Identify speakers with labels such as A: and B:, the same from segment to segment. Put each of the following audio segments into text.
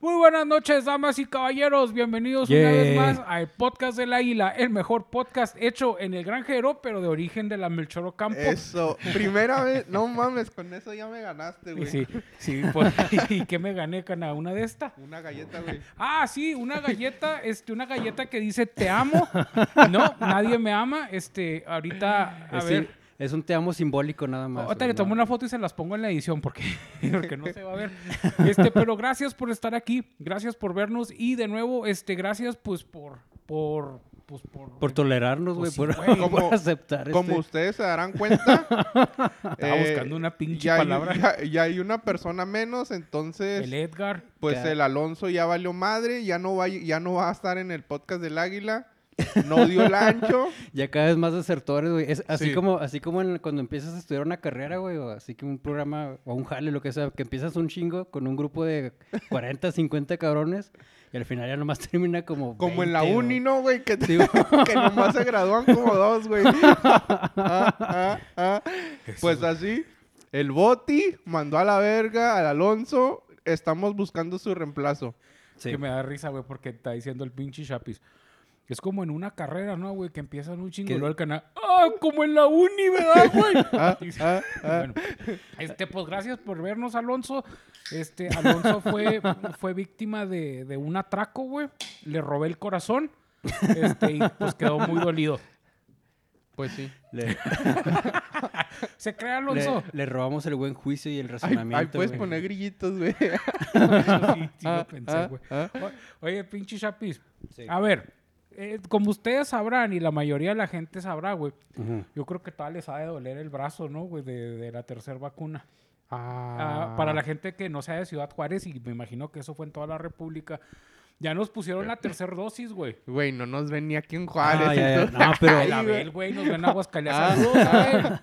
A: Muy buenas noches, damas y caballeros. Bienvenidos
B: Yeah.
A: una vez más al podcast del Águila, el mejor podcast hecho en el granjero, pero de origen de la Melchor Ocampo.
C: Eso, primera vez, no mames, con eso ya me ganaste,
A: Y
C: güey.
A: sí, sí, pues, ¿y qué me gané, cana? ¿Una de esta?
C: Una galleta, güey.
A: Ah, sí, una galleta, este, una galleta que dice te amo. No, nadie me ama. Este, ahorita, a
B: es,
A: ver.
B: es un te amo simbólico nada más.
A: Ahorita
B: güey,
A: le tomo
B: no.
A: una foto y se las pongo en la edición porque, porque no se va a ver. Este, pero gracias por estar aquí, gracias por vernos y de nuevo, este, gracias pues por, por, pues por,
B: Por tolerarnos, güey,
A: Pues
B: por,
A: sí, güey.
B: por
C: Como-
B: aceptar
C: Como
B: este-
C: ustedes se darán cuenta. eh,
A: Estaba buscando una pinche
C: ya hay-
A: palabra.
C: ya- ya hay una persona menos, entonces.
A: el Edgar.
C: Pues
B: Ya.
C: el Alonso ya valió madre, ya no va, ya no va a estar en el podcast del Águila, no dio el ancho.
B: Ya cada vez más desertores, güey. Es así
C: Sí.
B: como, así como en- cuando empiezas a estudiar una carrera, güey, o así que un programa o un jale, lo que sea, que empiezas un chingo con un grupo de 40, 50 cabrones y al final ya nomás termina como.
C: Como en la
B: 20,
C: uni,
B: güey.
C: ¿no, güey? Que,
B: Sí, güey.
C: que nomás se gradúan como dos, güey. Ah, ah, ah. Pues así, el Boti mandó a la verga al Alonso. Estamos buscando su reemplazo.
B: Sí.
A: Que me da risa, güey, porque está diciendo el pinche Chapis. Es como en una carrera, ¿no, güey? Que empiezan un chingo
B: ¿Qué?
A: y luego el canal. ¡Ah, como en la uni, ¿verdad, güey?
C: Ah,
A: Y-
C: ah, ah.
A: Bueno, este, pues gracias por vernos, Alonso. Este, Alonso fue, fue víctima de, de un atraco, güey. Le robé el corazón. Este, y pues quedó muy dolido.
C: Pues sí.
B: Le,
A: ¿Se cree,
B: le-
A: Alonso?
B: le robamos el buen juicio y el
C: Ahí,
B: razonamiento.
C: ahí puedes
B: güey.
C: poner grillitos, güey.
A: Sí, sí lo pensé, güey.
C: ah,
A: O- Oye, pinche Chapis.
B: Sí.
A: A ver, eh, como ustedes sabrán y la mayoría de la gente sabrá, güey.
B: Ujú.
A: Yo creo que todavía les ha de doler el brazo, ¿no, güey? De, de la tercera vacuna. Ah, para la gente que no sea de Ciudad Juárez, y me imagino que eso fue en toda la República, ya nos pusieron la tercera dosis, güey.
C: Güey, no nos ven ni aquí en Juárez.
B: Ah, ya, ya.
C: entonces-
B: No, pero.
A: Ay, la Abel, güey, nos ven
C: Ah.
A: Aguascalientes. Saludos, Abel.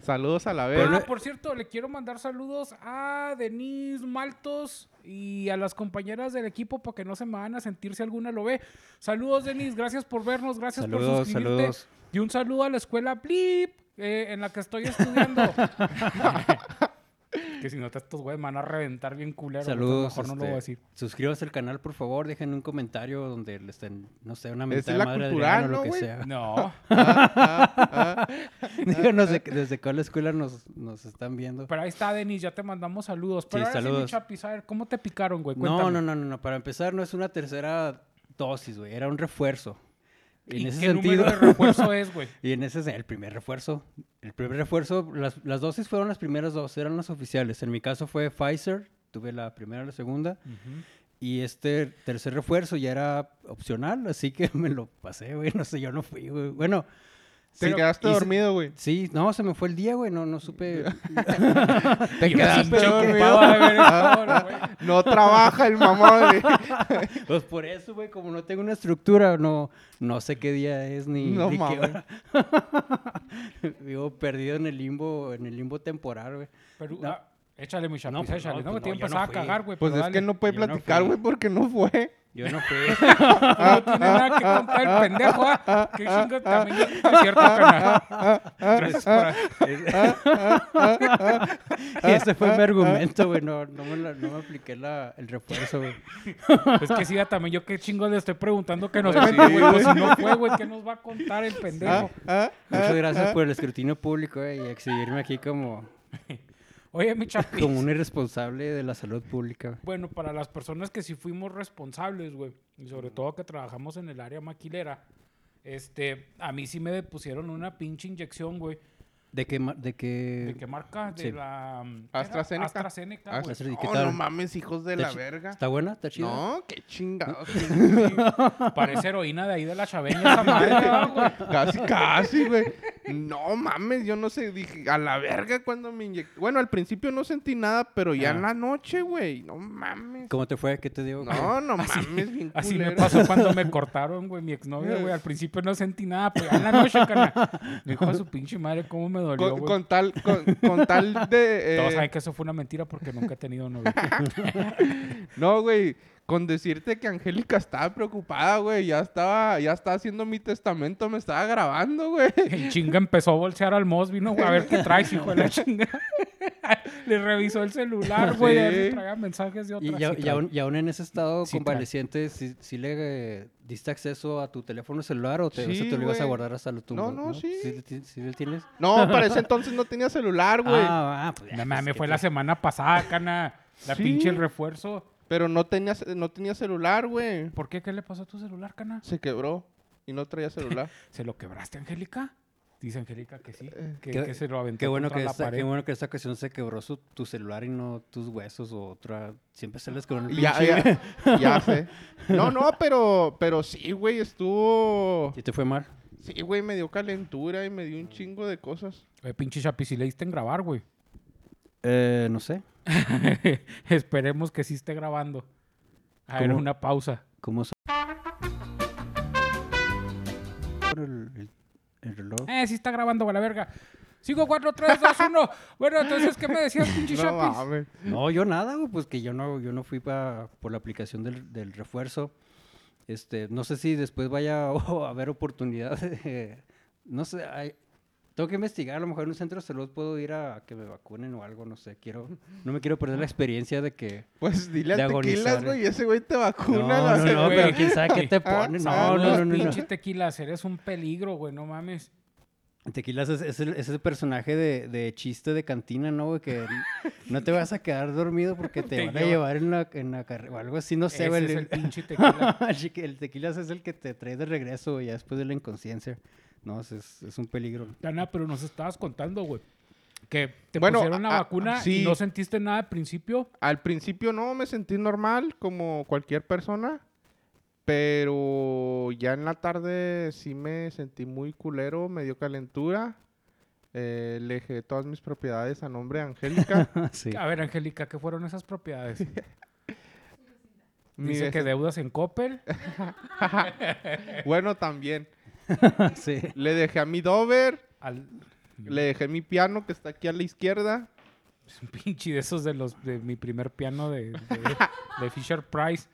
C: Saludos a la
B: Pero-
C: verga.
A: Ah, por cierto, le quiero mandar saludos a Denise Maltos y a las compañeras del equipo porque no se me van a sentir si alguna lo ve. Saludos, Denise. Gracias por vernos. Gracias por
B: Saludos,
A: suscribirte.
B: saludos.
A: Y un saludo a la escuela Blip eh, en la que estoy estudiando. que si no te estos güeyes me van a reventar bien culero. güey, entonces
B: Saludos.
A: Mejor no lo voy a
B: este,
A: decir.
B: Suscríbase al canal, por favor. Dejen un comentario donde le estén, no sé, una mentada
C: Esa es
B: de
C: la
B: madre a
C: cultural,
B: Adrián o lo
C: ¿no,
B: que
C: güey?
B: sea.
A: No,
B: Díganos de- desde cuál escuela nos, nos están viendo.
A: pero ahí está, Denise. Ya te mandamos saludos. Pero
B: Sí,
A: ahora sí, mi
B: saludos.
A: chapis, a ver, ¿cómo te picaron, güey?
B: No,
A: Cuéntame.
B: no, no, no, no. Para empezar, no es una tercera dosis, güey. Era un refuerzo. Y
A: ¿Y
B: en ese
A: qué
B: sentido.
A: número de refuerzo es, güey?
B: Y en ese es el primer refuerzo. El primer refuerzo, las, las dosis fueron las primeras dos, eran las oficiales. En mi caso fue Pfizer, tuve la primera y la segunda. Y este tercer refuerzo ya era opcional, así que me lo pasé, güey. No sé, yo no fui, güey. Bueno.
C: Te
B: sí,
C: quedaste
B: hice-
C: dormido, güey.
B: Sí, no, se me fue el día, güey. No, no supe.
A: Yo
C: Te
A: sí me
C: quedaste
A: ocupaba de
C: dormido.
A: ver esa hora, güey.
C: No trabaja el mamón, güey.
B: Pues por eso, güey, como no tengo una estructura, no, no sé qué día es ni,
C: No
B: ni qué
C: mames.
B: hora. Vivo perdido en el limbo, en el limbo temporal, güey.
A: Pero,
B: No.
A: ah, échale, mi chapis,
B: No, pues
A: échale.
B: no,
A: No,
B: pues
A: me
B: no,
A: tienen
B: yo no
A: empezado a
B: fui.
A: cagar, güey.
C: Pues
A: pero
C: es que
A: dale.
C: no puede
B: Yo no
C: platicar,
B: fui.
C: güey, porque no fue.
B: Yo no fui.
A: No tiene nada que contar el pendejo, ¿ah? Qué chingo también es cierto, carnal. Gracias por...
C: Ah,
B: Y ese fue mi argumento, güey. No, no, me la- no me apliqué la, el refuerzo, güey.
A: Es que sí, ya también yo qué chingo le estoy preguntando que nos
C: Pues
A: cuente,
C: sí,
A: güey. Pues
C: güey.
A: si no fue, güey, ¿qué nos va a contar el
C: Ah,
A: pendejo?
C: ah,
B: Muchas gracias por el escrutinio público güey, y exhibirme aquí como,
A: Oye, mi chapis.
B: como un irresponsable de la salud pública. güey.
A: Bueno, para las personas que sí fuimos responsables, güey, y sobre todo que trabajamos en el área maquilera, este, a mí sí me pusieron una pinche inyección, güey.
B: ¿De qué? ma- ¿De qué?
A: ¿De qué marca? De
B: sí.
A: la... ¿era?
C: Eh, AstraZeneca.
A: AstraZeneca,
C: Ah,
A: güey.
B: sí. ¿Y qué
C: Oh,
B: tal?
C: no mames, hijos de
B: ¿Está
C: la
B: chi-
C: verga.
B: ¿Está buena? ¿Está chida?
C: No, qué chingados.
A: Parece heroína de ahí de la chaveña esa madre, ¿verdad, güey.
C: casi, casi, güey. No mames, yo no sé, dije, a la verga cuando me inyecté. Bueno, al principio no sentí nada, pero ya en
B: Ah.
C: la noche, güey, no mames.
B: ¿Cómo te fue? ¿Qué te digo?
C: No, no mames, bien
A: Así me
C: culero.
A: pasó cuando me cortaron, güey, mi exnovia, güey. Al principio no sentí nada, pero ya en la noche, carnal. Me dijo a su pinche madre cómo me dolió,
C: Con,
A: güey.
C: con tal, con, con tal de...
A: Todos
C: eh,
A: saben que eso fue una mentira porque nunca he tenido novio.
C: No, güey. Con decirte que Angélica estaba preocupada, güey. Ya estaba, ya estaba haciendo mi testamento, me estaba grabando, güey.
A: El chinga empezó a bolsear al Mosby, ¿no? güey? A ver qué traes, hijo de la chinga. Le revisó el celular, güey. a ver si
C: Sí.
A: traía mensajes de otras.
B: Y, ya-
A: Sí,
B: y aún, y aún en ese estado
A: Sí, trae.
B: convaleciente, si, le eh, diste acceso a tu teléfono celular o te, o sea,
C: Sí,
B: te lo ibas a
C: güey.
B: guardar hasta la tumba?
C: No, no, sí.
B: le ti- sí le tienes?
C: No, para ese entonces no tenía celular, güey.
B: Ah, ah, pues,
A: No mames,
B: es
A: fue
B: que
A: la
B: tú-
A: semana pasada, cana. La
C: Sí.
A: pinche el refuerzo.
C: Pero no tenía, ce- no tenía celular, güey.
A: ¿Por qué? ¿Qué le pasó a tu celular, cana?
C: Se quebró y no traía celular.
A: ¿Se lo quebraste, Angélica? Dice Angélica que sí. Que,
B: Eh, Qué-
A: que se lo aventó
B: Qué bueno,
A: contra
B: que
A: la
B: esta, qué
A: pared.
B: bueno que esta ocasión se quebró su- tu celular y no tus huesos o otra. Siempre se les quebró el
C: Y ya,
B: pinche.
C: ya, ya sé. No, no, pero, pero sí, güey, estuvo.
B: ¿Y te fue mal?
C: Sí, güey, me dio calentura y me dio un chingo de cosas.
A: Eh, pinche Chapi, si le diste en grabar, güey.
B: Eh, no sé.
A: Esperemos que sí esté grabando. A ver,
B: ¿Cómo?
A: una pausa.
B: ¿Cómo son? Por el, el- el reloj.
A: Eh, sí está grabando, a la verga. 5, 4, 3, 2, 1. Bueno, entonces, ¿qué me decías, pinche
C: No
A: Chapis?
C: mames.
B: No, yo nada, güey, pues que yo no, yo no fui pa- por la aplicación del, del refuerzo. Este, no sé si después vaya a haber oportunidad de- no sé, hay- tengo que investigar, a lo mejor en un centro de salud puedo ir a, que me vacunen o algo, no sé, quiero, no me quiero perder la experiencia de que
C: Pues dile
B: De
C: a tequilas,
B: agonizar, eh.
C: güey, y ese güey te
B: no,
C: vacuna.
B: no,
C: la
B: no,
C: verga.
B: pero quién sabe qué te
C: Ah,
B: pone, no,
C: ah,
B: no,
A: los
B: no, no, no.
A: pinche tequilas, eres un peligro, güey, no mames.
B: Tequilas es, es el, es el personaje de, de chiste de cantina, ¿no, güey? Que no te vas a quedar dormido porque te,
A: Te
B: van a
A: lleva-
B: llevar en la, en la carrera o algo así, no sé,
A: Ese
B: güey,
A: es
B: el-
A: el pinche tequila.
B: Así que el tequila es el que te trae de regreso güey, ya después de la inconsciencia. No, es, es- es un peligro.
A: Dana, pero nos estabas contando, güey, que te
C: Bueno,
A: pusieron la
B: ah,
C: a- a-
A: vacuna y
C: sí.
A: no sentiste nada al principio.
C: Al principio no, me sentí normal, como cualquier persona. Pero ya en la tarde sí me sentí muy culero, me dio calentura. Eh, le dejé todas mis propiedades a nombre de Angélica.
B: sí.
A: A ver, Angélica, ¿qué fueron esas propiedades?
C: Mi este,
A: Dice que
C: vejez-
A: deudas en Coppel.
C: Bueno, también.
B: sí.
C: Le dejé a mi Dover,
A: Al...
C: le dejé mi piano que está aquí a la izquierda.
A: Es un pinche de esos de los de mi primer piano de, de, de Fisher Price.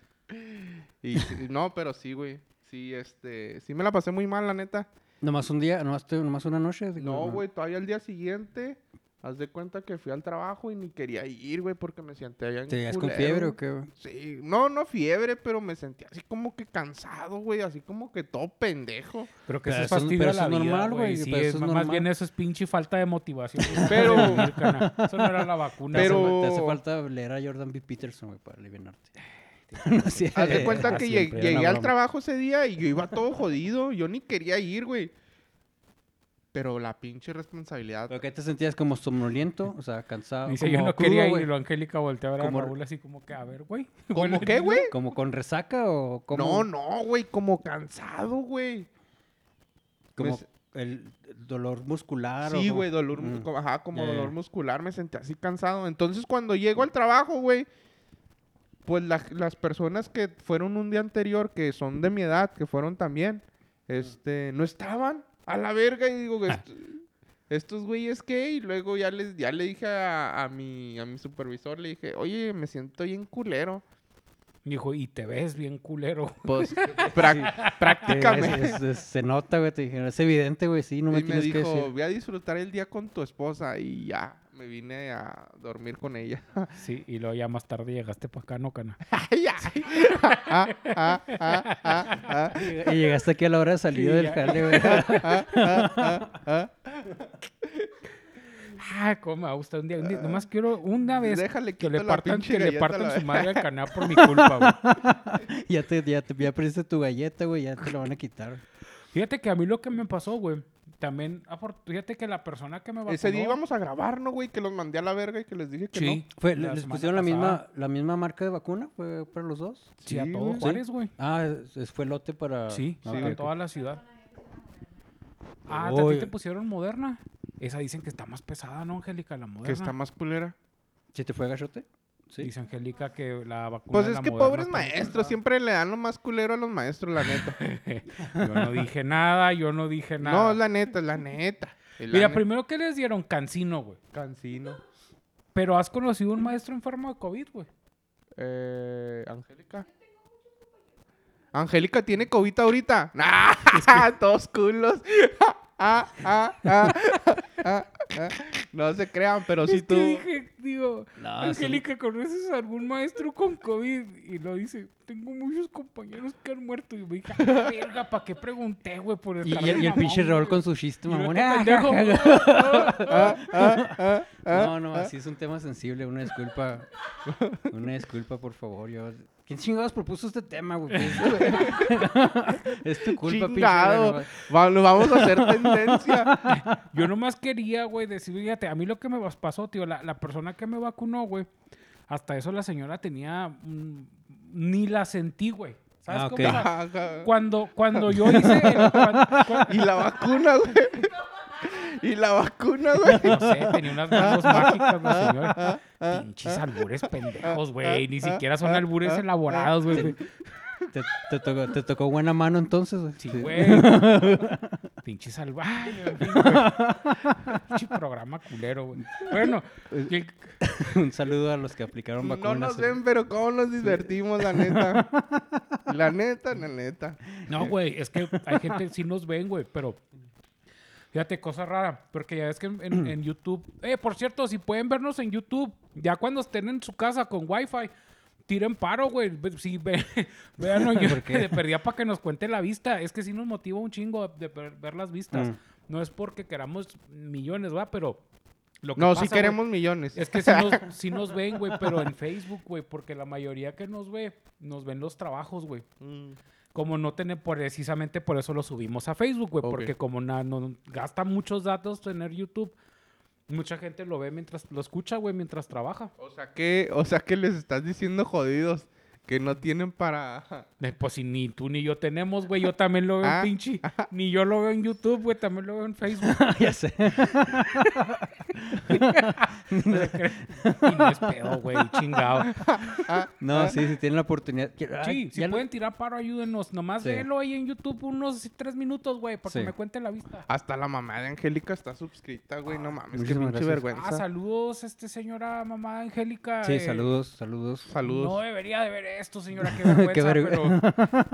C: Y sí- no, pero sí, güey. Sí, este, sí me la pasé muy mal, la neta.
B: Nomás un día, nomás, te- nomás una noche. digo,
C: No, güey, todavía al día siguiente, haz de cuenta que fui al trabajo y ni quería ir, güey, porque me sentía bien
B: ¿Te llegas con
C: culero.
B: fiebre o qué? güey?
C: Sí, no, no fiebre, pero me sentía así como que cansado, güey, así como que todo pendejo.
A: Creo que eso
B: Pero
A: es
B: eso es-
A: fastidio
B: pero
A: a la
B: eso es
A: vida,
B: normal, güey,
A: Sí,
B: pero
A: es-
B: eso es
A: más
B: normal.
A: bien eso es pinche falta de motivación.
C: Pero-
A: Eso no era la vacuna.
B: Te hace
C: Pero-
B: fa- Te hace falta leer a Jordan B. Peterson, güey, para aliviarte. no, sí,
C: Haz de
B: eh,
C: cuenta
B: ah,
C: que
B: siempre,
C: lleg-
B: era una
C: llegué al
B: broma.
C: trabajo ese día y yo iba todo jodido, yo ni quería ir, güey. Pero la pinche responsabilidad.
B: ¿Pero qué te sentías como somnoliento? O sea, cansado.
A: Dice,
B: como
A: yo no
B: crudo,
A: quería ir.
B: güey?
A: Y lo Angélica voltea a ver a
B: Como-
A: Raúl así como que, a ver, güey.
C: ¿Cómo qué, güey?
B: ¿Como con resaca o como,
C: No, no, güey, como cansado, güey.
B: como
C: pues-
B: el dolor muscular? o
C: Sí,
B: como-
C: güey, dolor, mu-
B: Mm.
C: como- ajá, como
B: Ya, ya,
C: dolor
B: ya.
C: muscular, me sentí así cansado. Entonces, cuando llego al trabajo, güey, pues la- las personas que fueron un día anterior, que son de mi edad, que fueron también, este, no estaban a la verga y digo, "Est- estos güeyes qué, y luego ya les, ya le dije a, a mi, a mi supervisor, le dije, oye, me siento bien culero.
A: Me dijo, y te ves bien culero.
C: Pues
B: Sí.
C: prácticamente.
B: Es- es- es- se nota, güey. Te dijeron, es evidente, güey. Sí, no me
C: y me
B: tienes que
C: dijo,
B: decir.
C: voy a disfrutar el día con tu esposa y ya, me vine a dormir con ella.
A: Sí, y luego ya más tarde llegaste para acá, no, cana.
C: Ay, ay. Ah, ah, ah, ah, ah,
B: Y llegaste aquí a la hora de salir
A: Sí,
B: del
A: ya.
B: jale, güey.
C: ah, ah, ah, ah.
A: Ah, coma, usted un día. un día- nomás quiero una vez
C: Déjale
A: que le
C: quito la
A: partan,
C: pinche
A: que le
C: galleta a la
A: partan
C: vez.
A: su madre al canal por mi culpa, güey.
B: ya, te, ya, te, ya perdiste tu galleta, güey. Ya te la van a quitar.
A: Fíjate que a mí lo que me pasó, güey, también, afor- fíjate que la persona que me vacunó...
C: Ese día íbamos a grabar, ¿no, güey? Que los mandé a la verga y que les dije que
A: Sí,
B: Fue-
A: la
B: ¿Les
A: semana
B: pusieron la
A: pasada.
B: misma, la misma marca de vacuna? ¿Fue para los dos?
A: Sí, a
C: Sí,
A: todo
C: güey.
B: Sí.
A: Juárez, güey.
B: Ah, es- es- fue lote para...
A: Sí,
B: Ah,
A: sí,
B: ok,
A: a
B: ok.
A: toda la ciudad. Ah, ¿a ti
B: Oy.
A: te pusieron Moderna? Esa dicen que está más pesada, ¿no, Angélica? La
C: no.
A: Moderna.
C: Que está más culera.
B: ¿Sí te fue gachote? Sí.
A: Dice Angélica que la vacuna
C: Pues
A: de
C: es
A: la
C: que
A: Moderna
C: pobres
A: está muy
C: maestros, siempre le dan lo más culero a los maestros, la neta.
A: pesada. Yo no dije nada, yo no dije nada.
C: No, la neta, la neta. Es la
A: Mira,
C: neta.
A: primero que les dieron cancino, güey.
C: Cancino.
A: Pero has conocido un maestro enfermo de COVID, güey.
C: Eh, Angélica. Angélica tiene COVID ahorita. ¡Nah! Todos culos. Ah, ah, ah, ah, ah, ah. No se crean, pero sí
A: Es
C: tú.
A: que dije, digo,
B: No,
A: Angélica, ¿conoces a algún maestro con COVID? Y lo dice, tengo muchos compañeros que han muerto. Y me dije, "A la verga, ¿para qué pregunté, güey? Por
B: Y,
A: estar
B: y el,
A: de
B: y el
A: mamón,
B: pinche
A: güey?"
B: Raúl con su chiste,
A: Y el otro
B: mamón.
A: pendejo,
C: Ah, ah, ah, ah,
B: No, no,
C: ah.
B: así es un tema sensible. Una disculpa. Una disculpa, por favor. Yo... ¿Quién chingados propuso este tema, güey? es tu culpa, pinche.
C: Chingado.
B: Raúl.
C: Va- lo vamos a hacer tendencia.
A: Yo nomás quería, güey, decir, fíjate, a mí lo que me vas- pasó, tío, la, la persona que me vacunó, güey, hasta eso la señora tenía, mm, ni la sentí, güey. ¿Sabes
B: Ah,
A: cómo?
B: ok.
A: O sea,
C: Ajá.
A: Cuando, cuando yo hice... el- cuan- cuan-
C: Y la vacuna, güey. Y la vacuna, güey.
A: no sé, tenía unas manos mágicas la señora. Pinches albures pendejos, güey. Ni siquiera son albures elaborados, güey.
B: ¿Te, te tocó, te tocó buena mano entonces, güey.
A: Sí,
B: Sí.
A: güey. Pinche salvaje. en fin, güey. Pinche programa culero, güey. Bueno, y el-
B: un saludo a los que aplicaron
C: No
B: vacunas.
C: nos
B: güey.
C: ven, pero cómo nos divertimos, la neta. La neta, la neta.
A: no, güey, es que hay gente que sí nos ven, güey, pero fíjate, cosa rara, porque ya ves que en, en- en YouTube, eh, por cierto, si pueden vernos en YouTube, ya cuando estén en su casa con Wi-Fi, tiren paro, güey. Ve- Si ve, vean,
B: ¿Por qué?
A: de perdida para que nos cuente la vista. Es que sí nos motiva un chingo de ver, ver las vistas.
B: Mm.
A: No es porque queramos millones, ¿va? Pero lo que
C: No,
A: pasa,
C: sí
A: güey,
C: queremos millones.
A: Es que sí nos, sí nos ven, güey, pero en Facebook, güey, porque la mayoría que nos ve, nos ven los trabajos, güey.
C: Mm.
A: Como no tener, precisamente por eso lo subimos a Facebook, güey,
C: Ok.
A: porque como na- no gasta muchos datos tener YouTube, mucha gente lo ve mientras, lo escucha, güey, mientras trabaja.
C: O sea que, o sea que les estás diciendo jodidos que no tienen para.
A: Eh, Pues si ni tú ni yo tenemos, güey, yo también lo veo,
C: Ah,
A: pinche. Ni yo lo veo en YouTube, güey, también lo veo en Facebook.
B: ya sé.
A: y no es pedo, güey, chingado.
C: Ah.
B: No, sí, si tienen la oportunidad. que- ay,
A: Sí, si
B: ya lo-
A: pueden tirar paro, ayúdenos. Nomás
B: Sí.
A: véelo ahí en YouTube unos tres minutos, güey, para
B: Sí.
A: que me cuente la vista.
C: Hasta la mamá de Angélica está suscrita, güey. No mames, qué
B: muchísimas
C: pinche
B: gracias.
A: Ah,
C: vergüenza.
A: saludos, este señora mamá Angélica.
B: Sí,
A: eh,
B: saludos, saludos.
C: Saludos.
A: No debería de ver esto, señora, qué vergüenza,
B: Qué vergüenza.
A: pero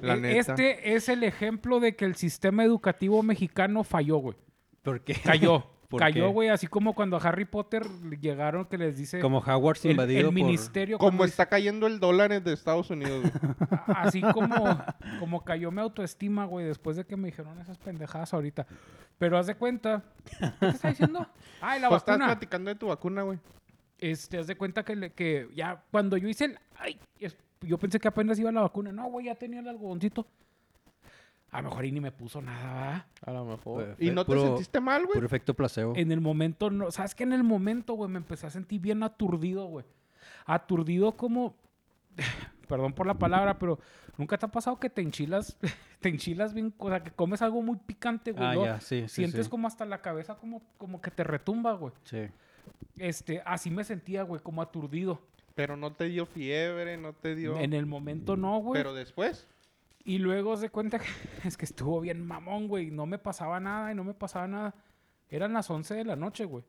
C: la
A: eh,
C: neta.
A: este es el ejemplo de que el sistema educativo mexicano falló, güey.
B: Porque
A: Cayó.
B: ¿Por
A: Cayó,
B: qué?
A: güey, así como cuando a Harry Potter llegaron que les dice
B: Como Hogwarts
A: el,
B: invadido
A: el
B: por...
A: ministerio
C: Como
A: cuando
C: está cayendo el dólar de Estados Unidos, güey.
A: Así como, como cayó mi autoestima, güey, después de que me dijeron esas pendejadas ahorita. Pero haz de cuenta, ¿qué te está diciendo? Ay, la
C: Pues estás
A: vacuna.
C: platicando de tu vacuna, güey.
A: Este, haz de cuenta que, le- que ya cuando yo hice el... Ay, es- yo pensé que apenas iba la vacuna. No, güey, ya tenía el algodoncito. A lo mejor y ni me puso nada, ¿verdad?
C: A lo mejor.
B: Fue-
C: ¿Y
B: fue
C: no
B: puro-
C: te sentiste mal, güey?
B: Por efecto placebo.
A: En el momento, no, ¿sabes que En el momento, güey, me empecé a sentir bien aturdido, güey. Aturdido como, perdón por la palabra, pero nunca te ha pasado que te enchilas, te enchilas bien, o sea, que comes algo muy picante, güey.
B: Ah,
A: luego
B: ya, sí, sí,
A: Sientes
B: sí.
A: como hasta la cabeza como, como que te retumba, güey.
B: Sí.
A: Este, así me sentía, güey, como aturdido.
C: Pero no te dio fiebre, no te dio.
A: En el momento no, güey.
C: Pero después.
A: Y luego se cuenta que es que estuvo bien mamón, güey. No me pasaba nada y no me pasaba nada. Eran las 11 de la noche, güey.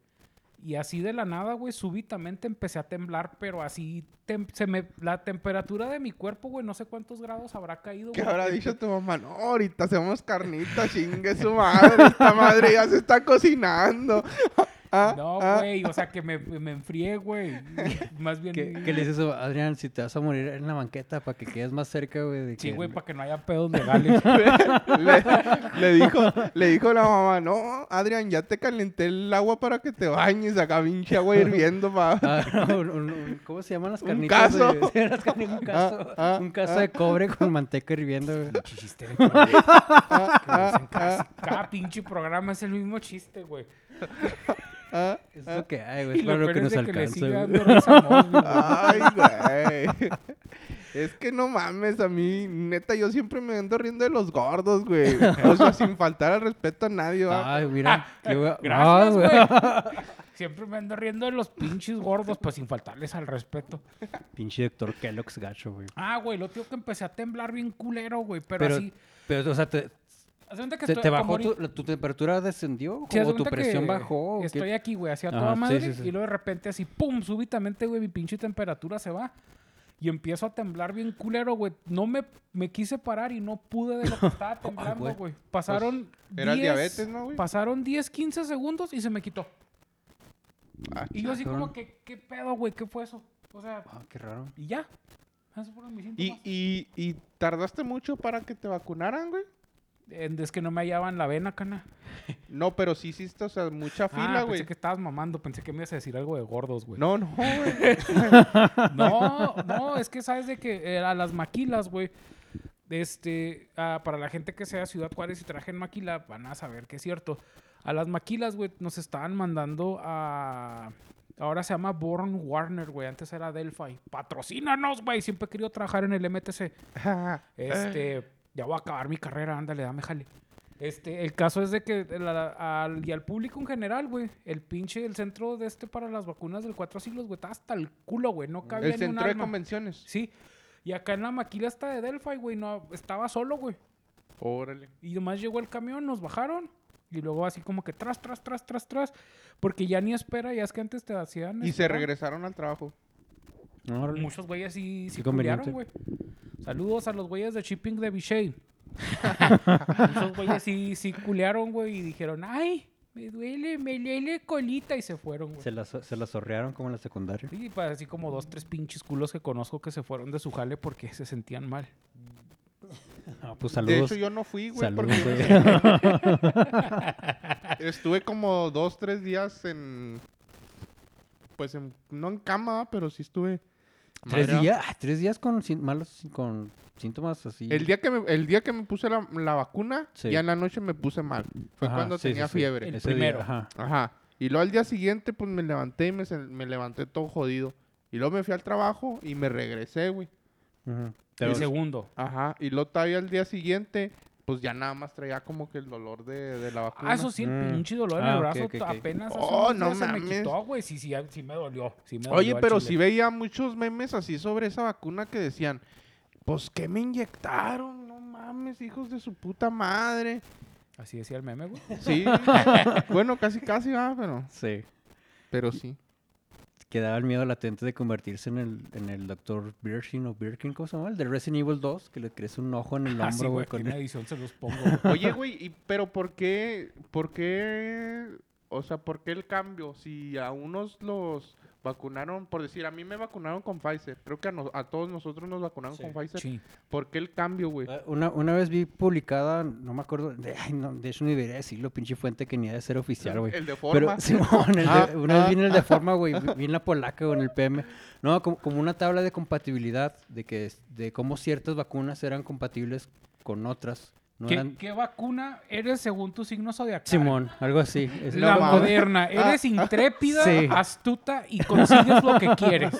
A: Y así de la nada, güey, súbitamente empecé a temblar, pero así tem- se me, la temperatura de mi cuerpo, güey, no sé cuántos grados habrá caído,
C: ¿Qué
A: güey.
C: habrá dicho tu mamá? No, ahorita hacemos carnitas, chingue su madre. Esta madre ya se está cocinando. Ah,
A: No,
C: ah.
A: güey, o sea que me, me enfrié, güey. Más bien.
B: ¿Qué, qué le dices, Adrián? Si te vas a morir en la banqueta para que quedes más cerca, güey. de
A: Sí,
B: que-
A: güey, para que no haya pedos legales.
C: le, le dijo, le dijo la mamá, no, Adrián, ya te calenté el agua para que te bañes acá, pinche agua hirviendo pa".
B: Ah, no, un- un- un- ¿Cómo se llaman las
C: Un
B: carnitas?
C: caso.
B: güey? Sí, las carni- un caso.
C: Ah, ah,
B: un caso de cobre con manteca hirviendo, güey.
A: Pinche chiste de cabrón. Que dicen casi- Cada pinche programa es el mismo chiste, güey.
C: Ah,
B: Es lo que hay, güey.
A: Y
B: Es
A: lo
B: para lo
A: peor
B: que
A: es de
B: nos
A: que le
B: alcanza,
A: sigue
B: güey.
A: dando risa a Moss, güey.
C: Ay, güey. Es que no mames, a mí, neta, yo siempre me ando riendo de los gordos, güey. O sea, sin faltar al respeto a nadie, va.
B: Ay, mira. yo- ah,
A: Gracias,
B: güey.
A: güey. Siempre me ando riendo de los pinches gordos, pues sin faltarles al respeto.
B: Pinche doctor Kellogg's gacho, güey.
A: Ah, güey, lo tío que empecé a temblar bien culero, güey, pero,
B: Pero,
A: así.
B: pero, o sea, te,
A: Haz de cuenta que
B: te,
A: estoy-
B: te
A: como
B: bajó
A: ahorita-
B: tu, la- tu temperatura descendió
A: sí, haz de
B: o tu
A: cuenta que
B: presión bajó. ¿o qué?
A: Estoy aquí, güey, hacia
B: Ajá,
A: toda
B: sí,
A: madre
B: sí, sí.
A: y luego de repente así, pum, súbitamente, güey, mi pinche temperatura se va. y empiezo a temblar bien culero, güey. No me, me quise parar y no pude de lo que estaba temblando,
B: güey.
A: güey. Pasaron
C: Pues, era el
A: 10
C: diabetes, ¿no, güey?
A: Pasaron 10, 15 segundos y se me quitó.
C: Ah,
A: Y yo así
B: cabrón.
A: como que, ¿qué pedo, güey? ¿Qué fue eso? O sea,
B: Ah, qué raro.
A: y ya. Esos fueron mis
C: ¿Y,
A: síntomas.
C: y, y tardaste mucho para que te vacunaran, güey?
A: Eh, Es que no me hallaban la vena, cana.
C: No, pero sí hiciste, o sea, mucha fila,
A: ah,
C: güey.
A: pensé que estabas mamando. Pensé que me ibas a decir algo de gordos, güey.
C: No, no, güey.
A: No, no, es que sabes de que eh, a las maquilas, güey. Este, ah, para la gente que sea de Ciudad Juárez y traje en maquila, van a saber que es cierto. A las maquilas, güey, nos estaban mandando a. Ahora se llama Born Warner, güey. Antes era Delphi. Patrocínanos, güey. Siempre he querido trabajar en el MTC.
C: Eh.
A: Este, ya voy a acabar mi carrera, ándale, dame jale. Este, el caso es de que la- al, y al público en general, güey, el pinche, el centro de este para las vacunas del Cuatro Siglos, güey, estaba hasta el culo, güey, no cabía
C: El
A: ni un
C: centro de
A: alma.
C: convenciones.
A: sí, y acá en la maquila está de Delphi, güey, no, estaba solo, güey.
C: Órale.
A: Y nomás llegó el camión, nos bajaron. Y luego así como que tras, tras, tras, tras, tras. Porque ya ni espera, ya es que antes te hacían... este,
C: Y se
A: esperar.
C: regresaron al trabajo.
B: Órale.
A: Muchos güeyes sí, sí
B: Qué conveniente.
A: culearon, güey. Saludos a los güeyes de Shipping de Vichy. Muchos güeyes sí, sí culearon, güey, y dijeron, ay, me duele, me duele colita, y se fueron, güey.
B: Se la, so- se la zorrearon como en la secundaria.
A: Sí, pa- así como dos, tres pinches culos que conozco que se fueron de su jale porque se sentían mal.
B: Ah, pues
C: De
B: saludos.
C: hecho, yo no fui, güey,
B: saludos,
C: porque
B: güey.
C: estuve como dos, tres días en... Pues en- no en cama, pero sí estuve.
B: ¿Tres
C: Madre,
B: días? ah, ¿Tres días con sin- malos sin- con síntomas así?
C: El día que me, el día que me puse la, la vacuna,
B: Sí.
C: ya en la noche me puse mal. Fue
B: Ajá,
C: cuando
B: sí, sí,
C: tenía
B: sí.
C: fiebre.
A: El
B: Ese día,
A: primero.
B: ajá.
C: Ajá. Y luego al día siguiente, pues me levanté y me, se- me levanté todo jodido. Y luego me fui al trabajo y me regresé, güey.
B: Ujú.
A: El
B: Pero-
A: segundo.
C: Ajá. Y luego todavía al día siguiente, pues ya nada más traía como que el dolor de, de la vacuna.
A: Ah, eso sí, el
B: Mm.
A: pinche dolor en
B: Ah,
A: el
B: ok,
A: brazo
B: ok, ok.
A: apenas hace
C: Oh,
A: unos
C: no
A: días se me
C: mames.
A: quitó, güey. Sí, sí, ya- sí me dolió. sí me
C: Oye,
A: dolió al
C: pero
A: chile.
C: sí veía muchos memes así sobre esa vacuna que decían, pues que me inyectaron, no mames, hijos de su puta madre.
A: Así decía el meme, güey.
C: Sí. bueno, casi casi va, pero,
B: Sí.
C: pero sí.
B: Quedaba el miedo latente de convertirse en el, en el doctor Birkin o Birkin, ¿cómo se llama? El de Resident Evil 2, que le crece un ojo en el
A: Así,
B: hombro,
A: Ah, güey.
B: güey.
A: Aquí
B: con
A: en la
B: el-
A: edición se los pongo, güey.
C: Oye, güey, y- pero ¿por qué, por qué, o sea, por qué el cambio? Si a unos los vacunaron, por decir, a mí me vacunaron con Pfizer, creo que a, nos- a todos nosotros nos vacunaron
B: Sí.
C: con Pfizer.
A: Sí.
C: ¿Por qué el cambio, güey?
B: Ah, Una, una vez vi publicada, no me acuerdo, de, ay, no, de hecho ni debería decirlo, pinche fuente que ni ha de ser oficial, güey.
C: El de forma.
B: Pero, Simón, el de-
C: Ah,
B: una vez
C: ah,
B: vi en el de forma, güey, vi- vi en la polaca o en el PM. No, como, como una tabla de compatibilidad de que es- de cómo ciertas vacunas eran compatibles con otras. No
A: ¿Qué,
B: eran-
A: qué vacuna eres según tu signo zodiacal?
B: Simón, algo así. Es- eh,
A: La
C: No, mames.
A: moderna. Eres intrépida,
B: Ah. Sí.
A: astuta y consigues lo que quieres.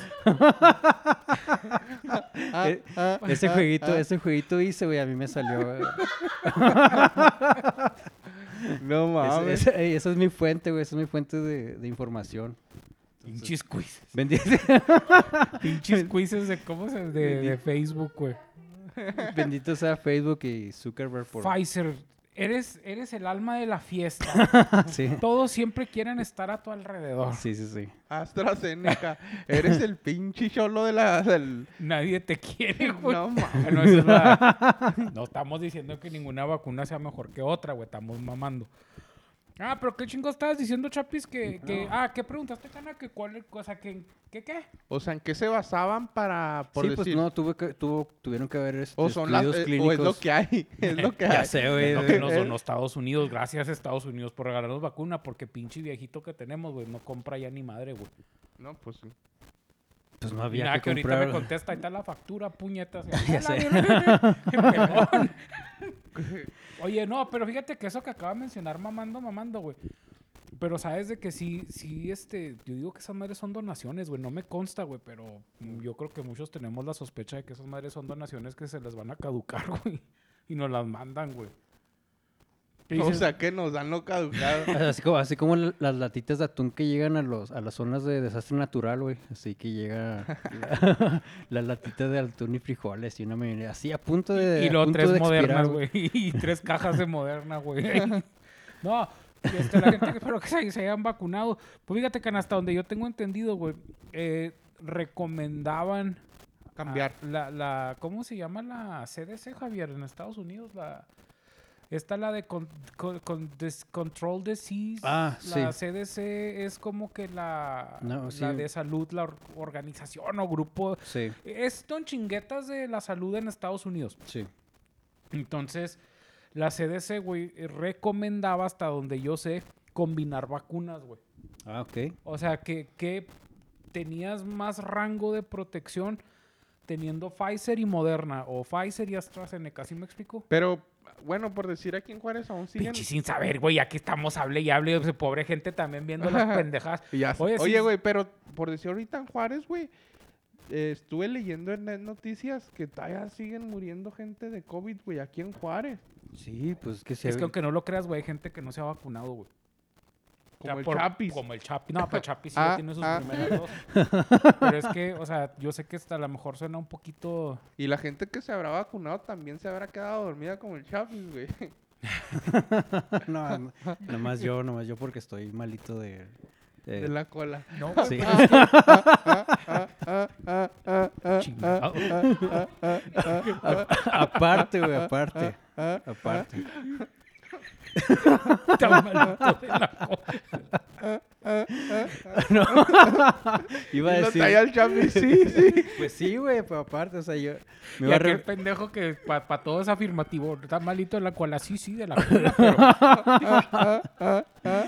C: Ah,
B: eh,
C: ah,
B: Ese
C: ah,
B: jueguito,
C: ah.
B: ese jueguito hice, güey, a mí me salió. güey.
C: No
B: Ese-
C: mames.
B: ese- ey, esa es mi fuente, güey, esa es mi fuente de, de información.
A: Pinches quiz.
B: Bendita,
A: Pinches quizzes de cómo se de, de Facebook, güey.
B: bendito sea Facebook y Zuckerberg por...
A: Pfizer, eres, eres el alma de la fiesta.
B: Sí,
A: Todos siempre quieren estar a tu alrededor.
B: sí, sí. sí.
C: AstraZeneca. Eres el pinche cholo de la... Del...
A: Nadie te quiere, güey.
C: No mames.
A: Ah, No, esa es la- no estamos diciendo que ninguna vacuna sea mejor que otra, güey. Estamos mamando. Ah, pero qué chingo estabas diciendo, Chapis, que... que Ah, ¿qué preguntaste, Cana? Que cuál cosa, que... ¿Qué qué?
C: O sea, ¿en qué se basaban para, por
B: sí,
C: decir?
B: pues no, tuve que, tuvo, tuvieron que haber este,
C: o son las...
B: estudios
C: eh, o es lo que hay. Es lo que hay.
B: Ya sé, güey.
A: Lo que
B: de-
A: nos donó Estados Unidos. Gracias, Estados Unidos, por regalarnos vacuna, porque pinche viejito que tenemos, güey, no compra ya ni madre, güey.
C: No, pues sí.
B: Pues no
A: Y
B: había
A: nada, que,
B: que
A: ahorita me
B: comprar.
A: contesta, ahí está la factura, puñetas.
B: Ya sé.
A: Qué pelón. Oye, no, pero fíjate que eso que acaba de mencionar, mamando, mamando, güey. Pero sabes de que sí, sí, este, yo digo que esas madres son donaciones, güey, no me consta, güey, pero mm, yo creo que muchos tenemos la sospecha de que esas madres son donaciones que se les van a caducar, güey, y nos las mandan, güey. Y
C: O
A: dices,
C: sea, que nos dan lo caducado.
B: Así como, así como la- las latitas de atún que llegan a, los, a las zonas de desastre natural, güey. Así que llega la, la latita de atún y frijoles y una mayoría así a punto de.
A: Y
B: a
A: luego
B: punto
A: tres
B: de
A: modernas,
B: expirar,
A: güey. Y tres cajas de moderna, güey. No, este, la gente que espero que se, se hayan vacunado. Pues fíjate que hasta donde yo tengo entendido, güey, eh, recomendaban
C: cambiar.
A: Ah, la, la, ¿Cómo se llama la CDC, Javier, en Estados Unidos? La, está la de con- con- con dis- Control Disease.
B: Ah,
A: la
B: sí.
A: CDC es como que la,
B: No,
A: la
B: sí.
A: de salud, la or- organización o grupo.
B: Sí,
A: Es don chinguetas de la salud en Estados Unidos.
B: sí.
A: Entonces, la CDC, güey, recomendaba hasta donde yo sé combinar vacunas, güey.
B: Ah, ok.
A: O sea, que, que tenías más rango de protección teniendo Pfizer y Moderna o Pfizer y AstraZeneca, ¿sí me explico?
C: Pero, bueno, por decir aquí en Juárez aún siguen.
A: Pinche sin saber, güey, aquí estamos, hable y hable, pues, pobre gente también viendo las pendejadas.
C: Y ya-
A: Oye,
C: Oye,
A: sí, sí.
C: güey, pero por decir ahorita en Juárez, güey, eh, estuve leyendo en las noticias que todavía siguen muriendo gente de COVID, güey, aquí en Juárez.
B: Sí, pues que se
A: es que aunque no lo creas, güey, hay gente que no se ha vacunado, güey. O sea,
C: Como el
A: por-
C: Chapis.
A: Como el Chapis. No, pero Chapis sí
C: Ah,
A: ya tiene sus
C: ah.
A: primeras dos. Pero es que, o sea, yo sé que hasta a lo mejor suena un poquito...
C: Y la gente que se habrá vacunado también se habrá quedado dormida como el Chapis, güey.
B: no, nomás yo, nomás yo porque estoy malito de... de-
C: De la cola.
A: No, güey,
B: Sí.
A: pero es que-
C: Ah, ah, ah, ah, ah,
B: Chingado.
C: ah, ah, ah, ah, ah,
B: Aparte, güey, aparte.
C: ah.
B: Aparte.
A: Está malito de la co-
B: No. Iba a
C: Y lo
B: decir...
C: traía el Chapis, sí, sí.
B: Pues sí, güey, pero aparte, o sea, yo...
A: Y
B: Me iba a
A: aquel
B: re-
A: pendejo que para todo es afirmativo. Está malito de la cola. Sí, sí, de la cola, pero
C: Ah,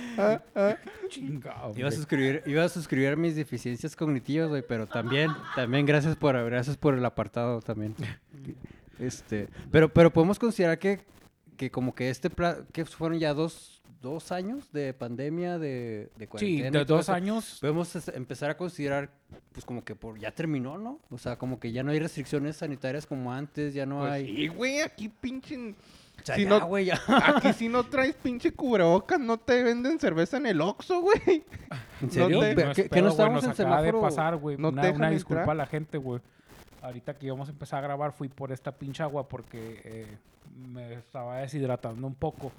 A: chingado.
B: Iba a,
A: güey.
B: suscribir, iba a suscribir mis deficiencias cognitivas, güey, pero también, también gracias por, gracias por el apartado también. Este, pero, pero podemos considerar que, que como que este, pla- que fueron ya dos, dos años de pandemia, de, de
A: Sí,
B: cuarentena. y
A: de
B: todo
A: dos
B: eso.
A: años.
B: Podemos es- empezar a considerar, pues como que por, ya terminó, ¿no? O sea, como que ya no hay restricciones sanitarias como antes, ya no
C: Pues
B: hay...
C: sí, güey, aquí pinche...
B: O sea,
C: si
B: ya,
C: no-
B: güey, ya.
C: Aquí si no traes pinche cubrebocas, no te venden cerveza en el Oxxo, güey.
B: ¿En serio?
C: serio? te-
B: ¿Qué-
A: No es
B: ¿Que,
A: pedo,
B: no
A: güey,
B: estábamos en
A: nos acaba de
B: semáforo?
A: pasar, güey.
C: ¿No te
A: una,
C: dejan
A: una
C: entrar?
A: disculpa a la gente, güey. Ahorita que íbamos a empezar a grabar fui por esta pinche agua porque eh, me estaba deshidratando un poco.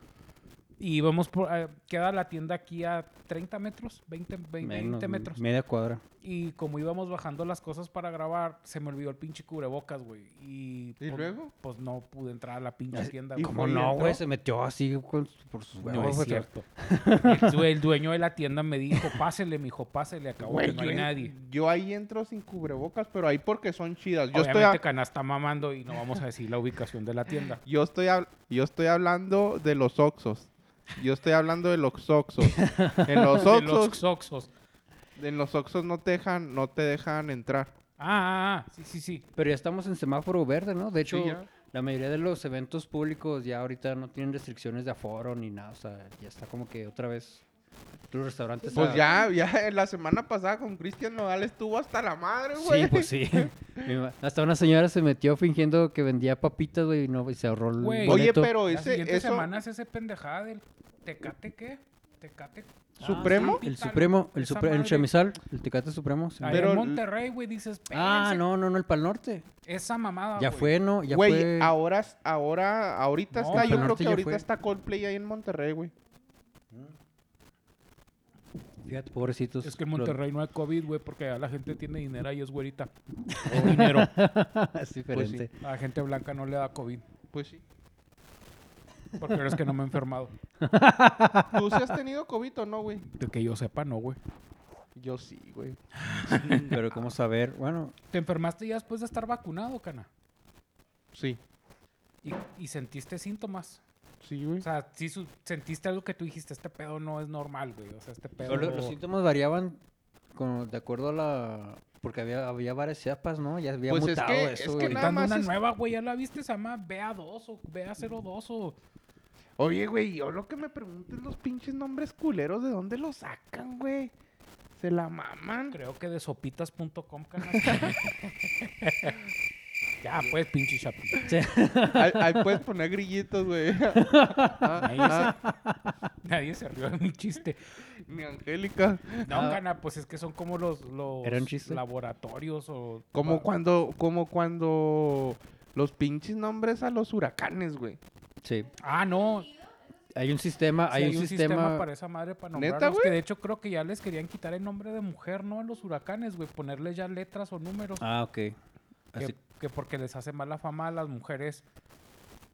A: Y vamos por... eh, queda la tienda aquí a 30 metros, 20, 20,
B: Menos,
A: metros.
B: Media cuadra.
A: Y como íbamos bajando las cosas para grabar, se me olvidó el pinche cubrebocas, güey. Y,
C: ¿Y
A: pues,
C: luego?
A: Pues no pude entrar a la pinche
B: Así-
A: tienda.
C: ¿y
A: güey.
B: ¿Cómo
C: fue y
B: no,
C: entró?
B: güey? Se metió así con su- por sus
A: No
B: huevos.
A: es
B: güey.
A: cierto. El, due- el dueño de la tienda me dijo, pásele, mijo, pásele, acabó
C: Güey,
A: que no hay
C: yo-
A: nadie.
C: Yo ahí entro sin cubrebocas, pero ahí porque son chidas. Yo
A: Obviamente
C: estoy, a-
A: Cana está mamando y no vamos a decir la ubicación de la tienda.
C: yo, estoy hab- yo estoy hablando de los Oxos. Yo estoy hablando de los Oxos. En los
A: De los
C: Oxos,
A: Soxos.
C: en los Oxos no te dejan, no te dejan entrar.
A: Ah, ah, ah, sí, sí, sí.
B: Pero ya estamos en semáforo verde, ¿no? De hecho,
C: Sí, ya.
B: la mayoría de los eventos públicos ya ahorita no tienen restricciones de aforo ni nada. O sea, ya está como que otra vez los restaurantes...
C: Pues
B: a-
C: ya, ya la semana pasada con Cristian Nodal estuvo hasta la madre, güey.
B: Sí, pues sí. Mi ma- Hasta una señora se metió fingiendo que vendía papitas, güey, y, no, y se ahorró el
A: Güey.
C: Oye,
B: boleto.
C: pero
A: la
C: ese,
A: siguiente
C: eso,
A: semana es ese pendejada del Tecate, ¿qué? Tecate. Ah,
C: ¿Supremo?
B: El Supremo, el,
A: Esa
B: supre- el
A: madre.
B: Chemizal, el Tecate Supremo. sí.
A: Ahí
C: Pero-
A: en Monterrey, güey, dices,
B: Ah,
A: "Espérense,
B: no, no, no, el Pal Norte.
A: Esa mamada,
B: Ya
A: Ah, güey.
B: fue, ¿no? Ya
C: güey, ah,
B: fue...
C: ahora, ahora, ahorita
A: No,
C: está, yo
B: pero
C: creo
B: ahorita
C: que
B: ya
C: ahorita
B: fue.
C: está Coldplay ahí en Monterrey, güey.
B: Fíjate, pobrecitos.
A: Es que en
B: los-
A: Monterrey no hay COVID, güey, porque allá la gente tiene dinero y es güerita. O dinero. Pues
B: es diferente.
A: A la gente blanca no le da COVID.
C: Pues sí.
A: Porque ahora es que no me he enfermado.
C: ¿Tú sí has tenido COVID o no, güey?
A: De que yo sepa, no, güey.
C: Yo sí, güey.
B: Pero cómo saber, bueno,
A: ¿Te enfermaste ya después de estar vacunado, cana?
C: Sí.
A: Y, y sentiste síntomas.
C: Sí, güey.
A: O sea, sí su- sentiste algo que tú dijiste, este pedo no es normal, güey. O sea, este pedo...
B: solo los síntomas variaban con- de acuerdo a la porque había había varias etapas, ¿no? Ya había
C: Pues es
B: mutado
C: que-
B: eso.
C: es que
B: güey.
A: Ahorita
C: nada
A: anda
C: más
A: una
C: es-
A: nueva, güey. Ya la viste, se llama BA2 o BA02 o...
C: Oye, güey, yo lo que me pregunto es los pinches nombres culeros, ¿de dónde los sacan, güey? Se la maman.
A: Creo que de sopitas.com, cana. ya, pues, pinche chapito.
C: Ahí, ahí puedes poner grillitos, güey.
A: Ahí
C: Ah, ah,
A: Nadie se rió de mi chiste.
C: mi Angélica.
A: No,
B: Ah.
A: gana, pues es que son como los, los
B: Era un chiste.
A: laboratorios o...
C: Como
A: Como
C: cuando, como cuando los pinches nombres a los huracanes, güey.
B: Sí,
A: Ah, no. sí
B: hay un sistema,
A: hay,
B: hay,
A: un sistema, para esa madre para
C: ¿Neta,
A: nombrarlos.
C: güey?
A: que de hecho creo que ya les querían quitar el nombre de mujer, ¿no? A los huracanes, güey. Ponerles ya letras o números.
B: Ah, ok.
A: que,
B: Así-
A: que porque les hace mala fama a las mujeres.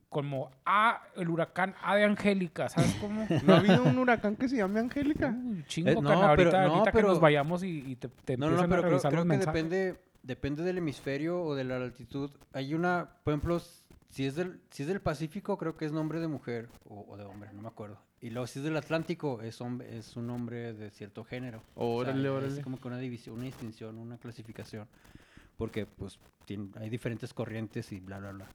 A: Como, ah, el huracán A de Angélica, ¿sabes cómo?
C: ¿No ha habido un huracán que se llame Angélica?
A: Uy, chingo,
B: Eh, no,
A: carnal, ahorita,
B: pero- no,
A: ahorita que
B: pero-
A: nos vayamos y, y te, te
B: No, no, no,
A: empiecen a
B: pero creo,
A: regresar
B: creo
A: los
B: que
A: mensajes.
B: depende, depende del hemisferio o de la altitud. Hay una, por ejemplo, s- si es del, si es del Pacífico, creo que es nombre de mujer o, o de hombre, no me acuerdo. Y luego si es del Atlántico, es, hombre- es un nombre de cierto género. O sea,
C: Órale,
B: es
C: órale.
B: como que una división, una distinción, una clasificación. Porque pues tien- hay diferentes corrientes y bla, bla, bla.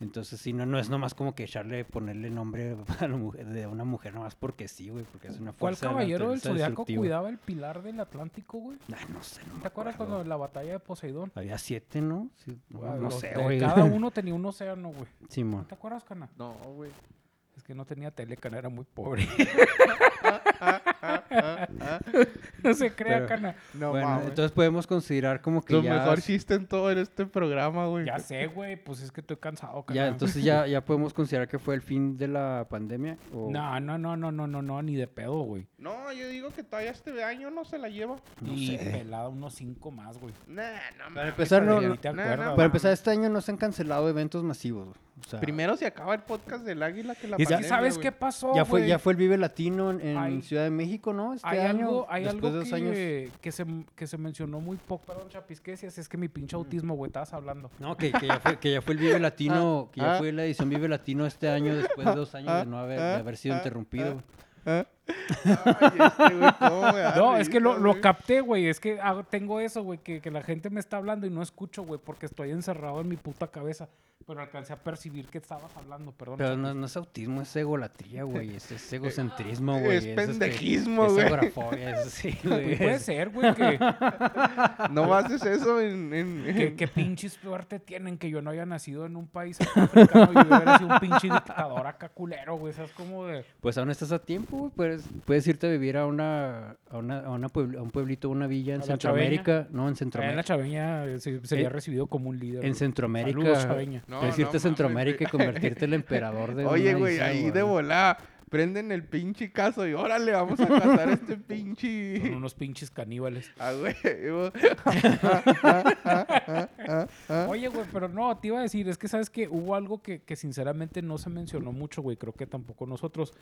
B: Entonces, sí, no, no es nomás como que echarle, ponerle nombre a la mujer, de una mujer nomás porque sí, güey, porque es una
A: ¿Cuál
B: fuerza de la
A: caballero del
B: naturaleza
A: zodiaco
B: destructiva.
A: cuidaba el pilar del Atlántico, güey?
B: Ah, no sé, no me
A: ¿Te acuerdas
B: acuerdo.
A: cuando la batalla de Poseidón?
B: Había siete, ¿no? Sí, no,
A: Güey,
B: no
A: los
B: sé,
A: de-
B: güey.
A: Cada uno tenía un océano, güey. ¿No
B: Simón.
A: ¿Te acuerdas, Cana?
C: No, güey.
A: Es que no tenía tele, Cana, era muy pobre. no se crea,
B: Pero-
A: Cana.
C: No,
B: bueno,
C: mames.
B: entonces podemos considerar como que
C: Lo
B: ya...
C: mejor chiste en todo en este programa, güey.
A: Ya sé, güey, pues es que estoy cansado, Cana.
B: ya, entonces ya, ya podemos considerar que fue el fin de la pandemia. o-
A: No, no, no, no, no, no, no, ni de pedo, güey.
C: No, yo digo que todavía este año no se la lleva.
B: No
A: y
B: sé.
A: pelada unos cinco más, güey.
C: Nah, no
B: Para
C: mames.
B: empezar, no,
A: Ni
B: no-
A: te
C: no,
A: acuerdas,
C: no,
A: güey.
B: para empezar, este año no se han cancelado eventos masivos. güey. O sea,
C: Primero se acaba el podcast del águila que la
A: Es que
C: pandemia,
A: ¿sabes
C: güey.
A: qué pasó,
B: ya fue,
A: güey?
B: ya fue el Vive Latino en, en
A: Hay-
B: Ciudad de México, ¿no? Este
A: hay
B: año,
A: algo, hay
B: después
A: algo
B: de dos
A: que,
B: años.
A: que, se, que se mencionó muy poco. Perdón, Chapis, ¿qué decías? Es que mi pinche
B: Mm.
A: autismo, güey, estabas hablando.
B: No, que, que ya fue, que ya fue el Vive Latino, que ya
C: ah.
B: fue la edición Vive Latino este año después de dos años de no haber, de
C: ah,
B: haber sido
C: ah,
B: interrumpido.
C: ah.
B: güey.
C: ¿Eh? Ay, este güey, ¿cómo me da
A: No, es que lo,
C: risa,
A: lo
C: güey?
A: capté, güey. Es que hago- tengo eso, güey, que, que la gente me está hablando y no escucho, güey, porque estoy encerrado en mi puta cabeza. Pero alcancé a percibir que estabas hablando, perdón.
B: Pero
A: Chapis.
B: no, no es autismo, es egolatría, güey. Es,
A: Eh,
B: es egocentrismo, güey.
C: Es
B: este,
C: pendejismo,
B: es
C: güey.
B: agorafobia, es- sí, güey.
A: Pues puede ser, güey, que,
C: No haces eso en... en-
A: que,
C: en-
A: que pinche suerte tienen que yo no haya nacido en un país africano y hubiera sido un pinche dictador acá culero, güey. Eso es como de...
B: Pues aún estás a tiempo, güey. Puedes, puedes irte a vivir a, una, a, una, a, una puebl- a un pueblito, una villa en
A: ¿A la
B: Centroamérica.
A: Allá en
B: No, en
A: la
B: Centroamérica.
A: chaveña eh, se, se había
B: En-
A: recibido como un líder.
B: En
A: güey.
B: Centroamérica.
A: Saludos, Chaveña.
C: No,
B: puedes
C: no
B: irte a
C: mames,
B: Centroamérica y
C: güey.
B: convertirte en el emperador de
C: Oye,
B: una
C: güey,
B: isla,
C: ahí de volada prenden el pinche caso y órale, vamos a cazar este pinche...
A: Son unos pinches caníbales.
C: Ah, güey.
A: Oye, güey, pero no, te iba a decir, es que sabes que hubo algo que, que sinceramente no se mencionó mucho, güey, creo que tampoco nosotros.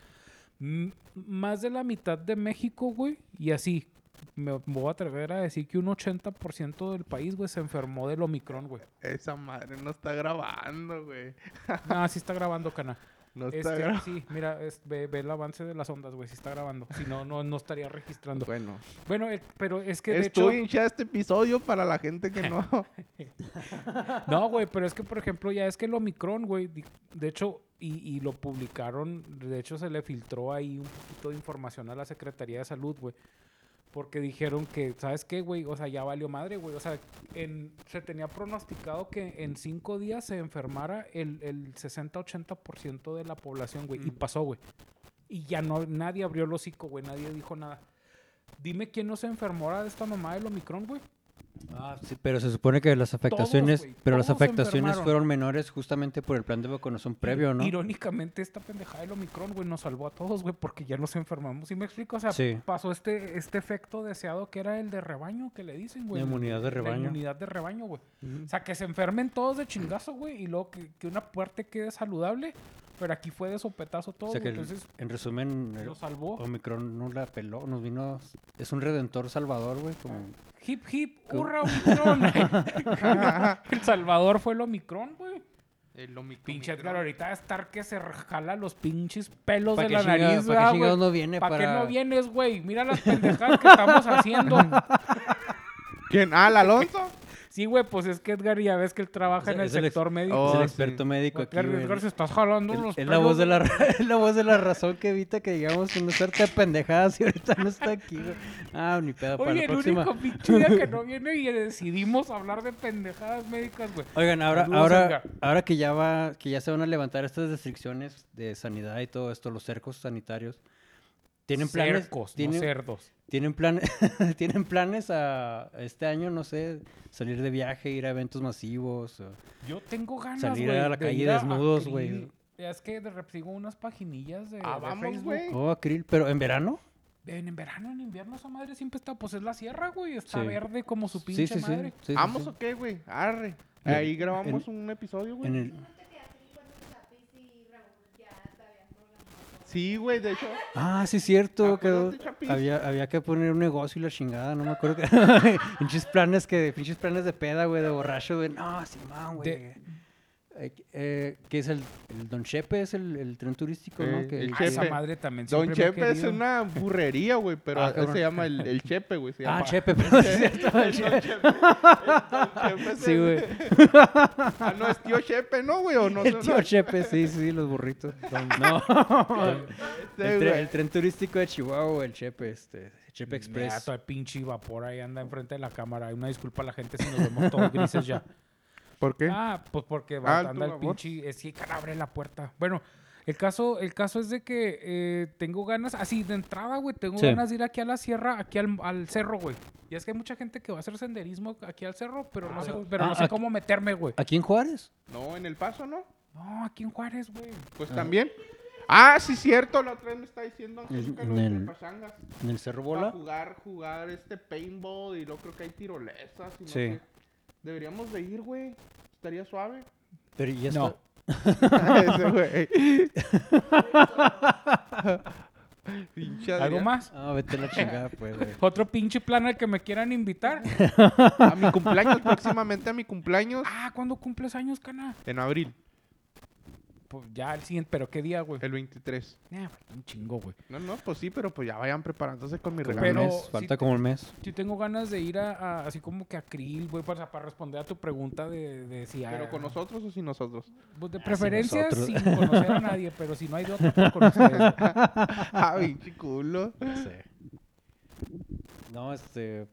A: M- más de la mitad de México, güey, y así, me voy a atrever a decir que un 80% del país, güey, se enfermó del Omicron, güey.
C: Esa madre no está grabando, güey.
A: Ah, sí está grabando, cana.
C: No está
A: Este,
C: grabando.
A: sí, mira, es- ve, ve el avance de las ondas, güey, sí está grabando. Si no, no, no estaría registrando.
C: Bueno,
A: Bueno, eh, pero es que de hecho...
C: estuvo hinchado este episodio para la gente que no.
A: No, güey, pero es que, por ejemplo, ya es que el Omicron, güey, di- de hecho, y, y lo publicaron, de hecho se le filtró ahí un poquito de información a la Secretaría de Salud, güey. Porque dijeron que, ¿sabes qué, güey? O sea, ya valió madre, güey. O sea, en- se tenía pronosticado que en cinco días se enfermara el, el 60-80% de la población, güey. Y pasó, güey. Y ya no, nadie abrió el hocico, güey. Nadie dijo nada. Dime quién no se enfermó ahora de esta mamá del Omicron, güey.
B: Ah, sí, pero se supone que las afectaciones,
A: güey,
B: pero las
A: todos se
B: afectaciones
A: enfermaron.
B: fueron menores justamente por el plan de vacunación previo, ¿no?
A: Irónicamente, esta pendejada del Omicron, güey, nos salvó a todos, güey, porque ya nos enfermamos. ¿Sí me explico? O sea,
B: Sí.
A: pasó este, este efecto deseado que era el de rebaño, que le dicen, güey.
B: La inmunidad de
A: La
B: rebaño.
A: inmunidad de rebaño, güey. O sea, que se enfermen todos de chingazo, güey, y luego que, que una parte quede saludable, pero aquí fue de sopetazo todo,
B: O sea que,
A: güey,
B: el- Oh.
A: entonces
B: en resumen, el
A: lo salvó.
B: Omicron no la peló, nos vino. Es un redentor salvador, güey. como-
A: Hip, hip,
B: ¿Cómo?
A: hurra, Omicron. el Salvador fue el Omicron, güey.
C: El
A: Pinche Edgar, ahorita va a estar que se jala los pinches pelos
B: ¿Para
A: de
B: qué
A: la
B: chinga-
A: nariz, ah,
B: para qué
A: ¿verdad,
B: chingados
A: güey.
B: no viene
A: ¿Para qué
B: para-
A: no vienes, güey? Mira las pendejadas que estamos haciendo.
C: ¿Quién? Ah, el Alonso.
A: Sí, güey, pues es que Edgar ya ves que él trabaja
B: O sea,
A: en el
B: es el ex-
A: sector médico.
B: Es
C: Oh,
B: el
C: sí.
B: experto médico aquí,
A: Edgar,
B: güey.
A: Edgar se estás jalando
B: Es-
A: los
B: es, la voz de
A: pelos,
B: la, ra- es la voz de la razón que evita que digamos una suerte de pendejadas y ahorita no está aquí, güey. Ah, ni pedo, para
A: Oye,
B: la
A: el
B: próxima.
A: único pinche día que no viene y decidimos hablar de pendejadas médicas, güey.
B: Oigan, ahora,
A: Saludos, Edgar.
B: ahora, ahora que ya va, que ya se van a levantar estas restricciones de sanidad y todo esto, los cercos sanitarios, tienen planes,
A: Cercos, no
B: tienen,
A: cerdos.
B: tienen planes, tienen planes a este año, no sé, salir de viaje, ir a eventos masivos. o-
A: Yo tengo ganas, güey.
B: Salir a la
A: de
B: calle
A: ir a- a
B: desnudos,
A: Krill.
B: güey.
A: Es que de repente sigo unas paginillas de,
C: Ah,
A: de
C: vamos,
A: Facebook.
C: güey.
B: Oh, acril, pero en verano.
A: En, en verano, en invierno, esa madre siempre está, pues es la sierra, güey. Está
B: Sí.
A: verde como su
B: Sí,
A: pinche
B: sí, sí,
A: madre.
B: sí, sí,
C: ¿Vamos
B: sí.
C: o qué, güey? Arre. Ahí grabamos un episodio,
B: En
C: güey.
B: el,
C: Sí, güey, de hecho.
B: Ah, sí, es cierto.
C: Acuérdate,
B: quedó-
C: Chapis.
B: había, había que poner un negocio y la chingada, no me acuerdo. Que... pinches planes que, pinches planes de peda, güey, de borracho, güey. No, sí, man, güey.
A: De-
B: Eh, eh, que es el, el Don Chepe, es el, el tren turístico,
C: Eh,
B: ¿no? Que,
C: el
A: Ah,
B: que-
A: esa
C: Chepe.
A: madre también
C: Don
A: siempre me he
C: Chepe es
A: querido.
C: una burrería, güey, pero
B: Ah,
C: él
B: cabrón.
C: se llama el, el Chepe, güey. se
B: Ah,
C: llama.
B: Chepe, perdón, es cierto, el
C: Don
B: Chepe.
C: Chepe. Don Chepe es
B: Sí,
C: el-
B: güey.
C: Ah, no, es tío Chepe, ¿no, güey? ¿O no?
B: El
C: no,
B: tío
C: no,
B: Chepe, sí, sí, los burritos. Don- No.
C: este,
B: el, tre-
C: güey.
B: el tren turístico de Chihuahua, el Chepe, este, Chepe Express.
A: Ya, todo el pinche vapor ahí anda enfrente de la cámara. Una disculpa a la gente si nos vemos todos grises ya.
C: ¿Por qué?
A: Ah, pues porque va,
C: Alto
A: anda el
C: vapor.
A: pinche. Es que cara, abre la puerta. Bueno, el caso, el caso es de que eh, tengo ganas, así de entrada, güey, tengo
B: Sí.
A: ganas de ir aquí a la sierra, aquí al, al cerro, güey. Y es que hay mucha gente que va a hacer senderismo aquí al cerro, pero no sé, pero
B: Ah,
A: no sé
B: aquí-
A: cómo meterme, güey.
B: ¿Aquí en Juárez?
C: No, en el paso, ¿no?
A: No, aquí en Juárez, güey.
C: Pues también. Ah, sí, cierto. La otra vez me está diciendo
B: El-
C: Angélica
B: en
C: lo de
B: el-
C: Pachangas.
B: ¿En el Cerro
C: Para
B: Bola?
C: jugar, jugar este paintball y luego creo que hay tirolesas. Y no
B: Sí.
C: sé. Deberíamos de ir, güey. Estaría suave.
B: Pero ya
A: No.
B: está-
C: Ese güey. Pinche
A: ¿Algo
C: Adrián.
A: más?
B: Ah, vete a la chingada, pues, güey.
A: Otro pinche plan al que me quieran invitar.
C: A mi cumpleaños, próximamente a mi cumpleaños.
A: ah, ¿cuándo cumples años, cana?
C: En abril,
A: Pues ya el siguiente, pero ¿qué día, güey?
C: el 23.
A: Nah, falta un chingo, güey.
C: pues. No, no, pues sí, pero pues ya vayan preparándose con mi
B: Como
C: regalo.
B: un
A: Pero
B: mes,
A: sí
B: falta
A: te-
B: como un mes.
A: Sí tengo ganas de ir a, a- así como que a Krill, güey, para, para responder a tu pregunta de, de si... a-
C: ¿Pero con nosotros o sin nosotros?
A: Pues, de preferencia
B: Ah, nosotros.
A: sin conocer a nadie, pero si no hay de otro, pues con ustedes.
C: ah, pinche culo.
B: No, este,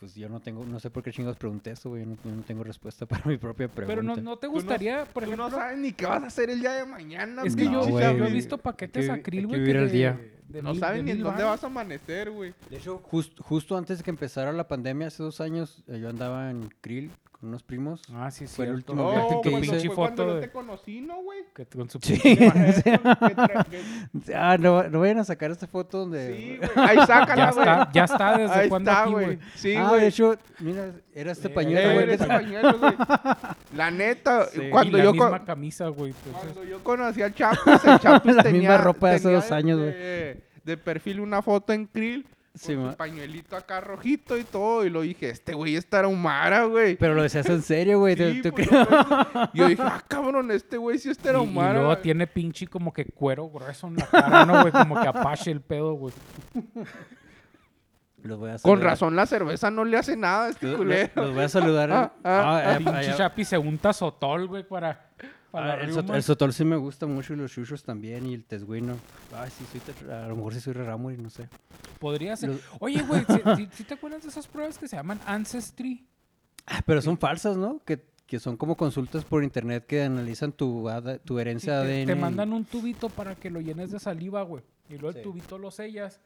B: pues yo no tengo, no sé por qué chingados pregunté esto, güey. Yo no, yo no tengo respuesta para mi propia pregunta.
A: Pero no, no te
C: no-
A: gustaría, por
C: Tú
A: ejemplo...
C: no sabes ni qué vas a hacer el día de mañana.
A: Es que
B: No,
A: yo,
C: pinche
B: güey.
A: yo he
C: David.
A: visto paquetes
B: Hay
A: a
B: que-
A: Krill,
B: hay que
A: güey.
B: vivir
A: que
B: el
A: de-
B: día.
A: de
C: No
A: mil-
C: saben
A: de
C: ni en
A: mil
C: dónde
A: varos.
C: vas a amanecer, güey.
B: De hecho, jus- justo antes que empezara la pandemia, hace dos años, eh, yo andaba en Krill con unos primos.
A: Ah, sí, sí.
B: Fue el último
C: No,
B: viaje
A: que
B: que
C: Oh, cuando,
B: hice.
A: pinche
C: fue cuando
A: foto
C: yo
A: de-
C: te conocí, ¿no, güey?
A: que con su...
B: Sí.
C: Que bajé con- que tra- que-
B: Ah, no, no vayan a sacar esta foto donde...
C: Sí, güey. Ahí sácala,
A: Ya
C: güey.
A: está, ya está
C: Ahí
A: desde cuando
C: está,
A: aquí,
C: güey.
A: güey.
C: Sí,
B: ah,
C: güey.
B: de hecho, mira, era este
A: Eh,
B: pañuelo,
A: eh,
B: güey.
C: Eh,
B: que
C: eres
A: vete.
B: tra-
C: pañuelo, güey. La neta,
B: Sí.
A: Cuando
C: cuando
A: y la
C: yo
A: misma
C: con-
A: camisa, güey. pues, entonces-
C: Cuando yo conocí al Chapis, el Chapis
B: La misma
C: tenía...
B: ropa de hace
C: tenía,
B: dos años, güey.
C: este, De perfil una foto en krill
B: Sí,
C: con
B: ma.
C: su pañuelito acá rojito y todo. Y lo dije, este güey está humara, güey.
B: Pero lo decías en serio, güey. te-
C: Sí,
B: te-
C: pues, yo pensé- yo dije, ah, cabrón, este güey sí está
A: Y, y
C: humara.
A: luego tiene pinche como que cuero grueso en la cara, ¿no, güey? Como que apache el pedo, güey.
B: Los voy a
C: Con
B: saludar.
C: razón la cerveza no le hace nada a este
B: Los,
C: culero.
B: los- los voy a saludar. en-
C: Ah, ah,
B: Ah, eh,
A: Pinche
B: allá-
A: Chapi se unta sotol, güey, para, para
B: Ah,
A: la
B: el,
A: riuma.
B: sot- el sotol sí me gusta mucho y los chuchos también y el tesguino. Ay, sí, soy ter- a lo mejor sí soy Ramuri, no sé.
A: Podría ser.
B: Los-
A: Oye, güey, ¿sí, sí- sí te acuerdas de esas pruebas que se llaman Ancestry?
B: Ah, Pero son falsas, ¿no? Que, que son como consultas por internet que analizan tu, AD tu
A: Sí,
B: herencia
A: te,
B: ADN.
A: te
B: y-
A: mandan un tubito para que lo llenes de saliva, güey. Y luego el
B: Sí.
A: tubito lo sellas.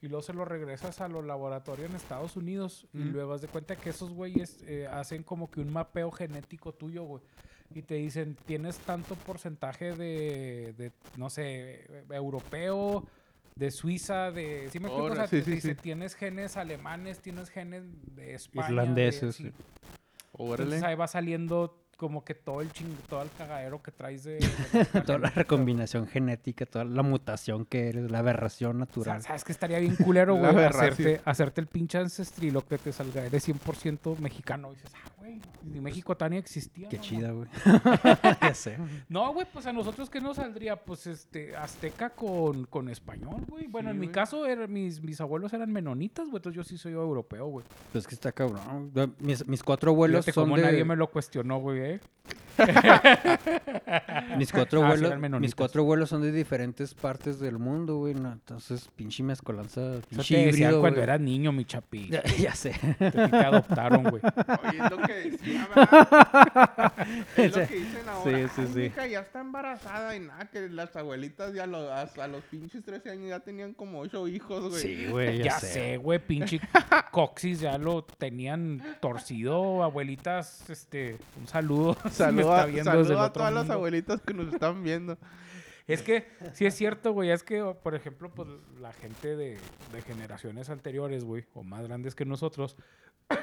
A: Y luego se lo regresas a los laboratorios en Estados Unidos. Y
C: Mm.
A: luego haz de cuenta que esos güeyes eh, hacen como que un mapeo genético tuyo, güey. Y te dicen, tienes tanto porcentaje de, de, no sé, europeo, de Suiza, de... ¿Sí me explico? O
C: Ahora,
A: sea,
C: sí,
A: te
C: sí,
A: dice,
C: sí.
A: tienes genes alemanes, tienes genes de España. de-
B: Irlandeses,
A: sí.
B: sí.
A: Entonces ahí va saliendo como que todo el ching, todo el cagadero que traes de... de
B: Toda la recombinación genética, toda la mutación que eres, la aberración
A: O sea,
B: natural.
A: ¿Sabes que estaría bien culero,
C: La
A: güey?
C: aberración.
A: Hacerte, hacerte el pinche ancestry y lo que te salga. Eres 100% mexicano. Y dices, ah, güey, ni México tan ni existía.
B: Pues Qué
A: no,
B: chida, güey. ya sé.
A: mames. No, güey, pues a nosotros, ¿qué nos saldría? Pues este, azteca con, con español, güey. Bueno,
C: Sí,
A: en mi
C: güey.
A: caso, era- mis, mis abuelos eran menonitas, güey. Entonces yo sí soy europeo, güey.
B: Pues que está cabrón. Mis, mis cuatro abuelos
A: Fíjate
B: son
A: como
B: de...
A: nadie me lo cuestionó, güey, ¿eh?
B: Mis cuatro,
A: Ah, sí,
B: abuelos,
A: eran menonitas.
B: mis cuatro abuelos son de diferentes partes del mundo, güey. no, entonces, pinche mezcolanza,
A: Eso
B: pinche
A: te decían
B: híbrido,
A: cuando
B: güey.
A: eras niño, mi chapi.
B: Ya, ya sé.
A: Te, te adoptaron, güey.
C: Oye, es lo que decía, ¿verdad? Es lo que dicen ahora.
B: sí,
C: Ay,
B: sí.
C: mija, ya está embarazada y nada, que las abuelitas ya lo- a, a los pinches 13 años ya tenían como 8 hijos, güey.
B: Sí, güey,
A: Ya, sé, güey, pinche coxis ya lo tenían torcido, abuelitas, este, un saludo. si me
C: Saludo,
A: está
C: a-
A: viendo
C: saludo
A: desde el
C: a
A: otro
C: todas las
A: mundo.
C: abuelitas que nos están viendo.
A: Es que, sí es cierto, güey. Es que, por ejemplo, pues la gente de, de generaciones anteriores, güey, o más grandes que nosotros,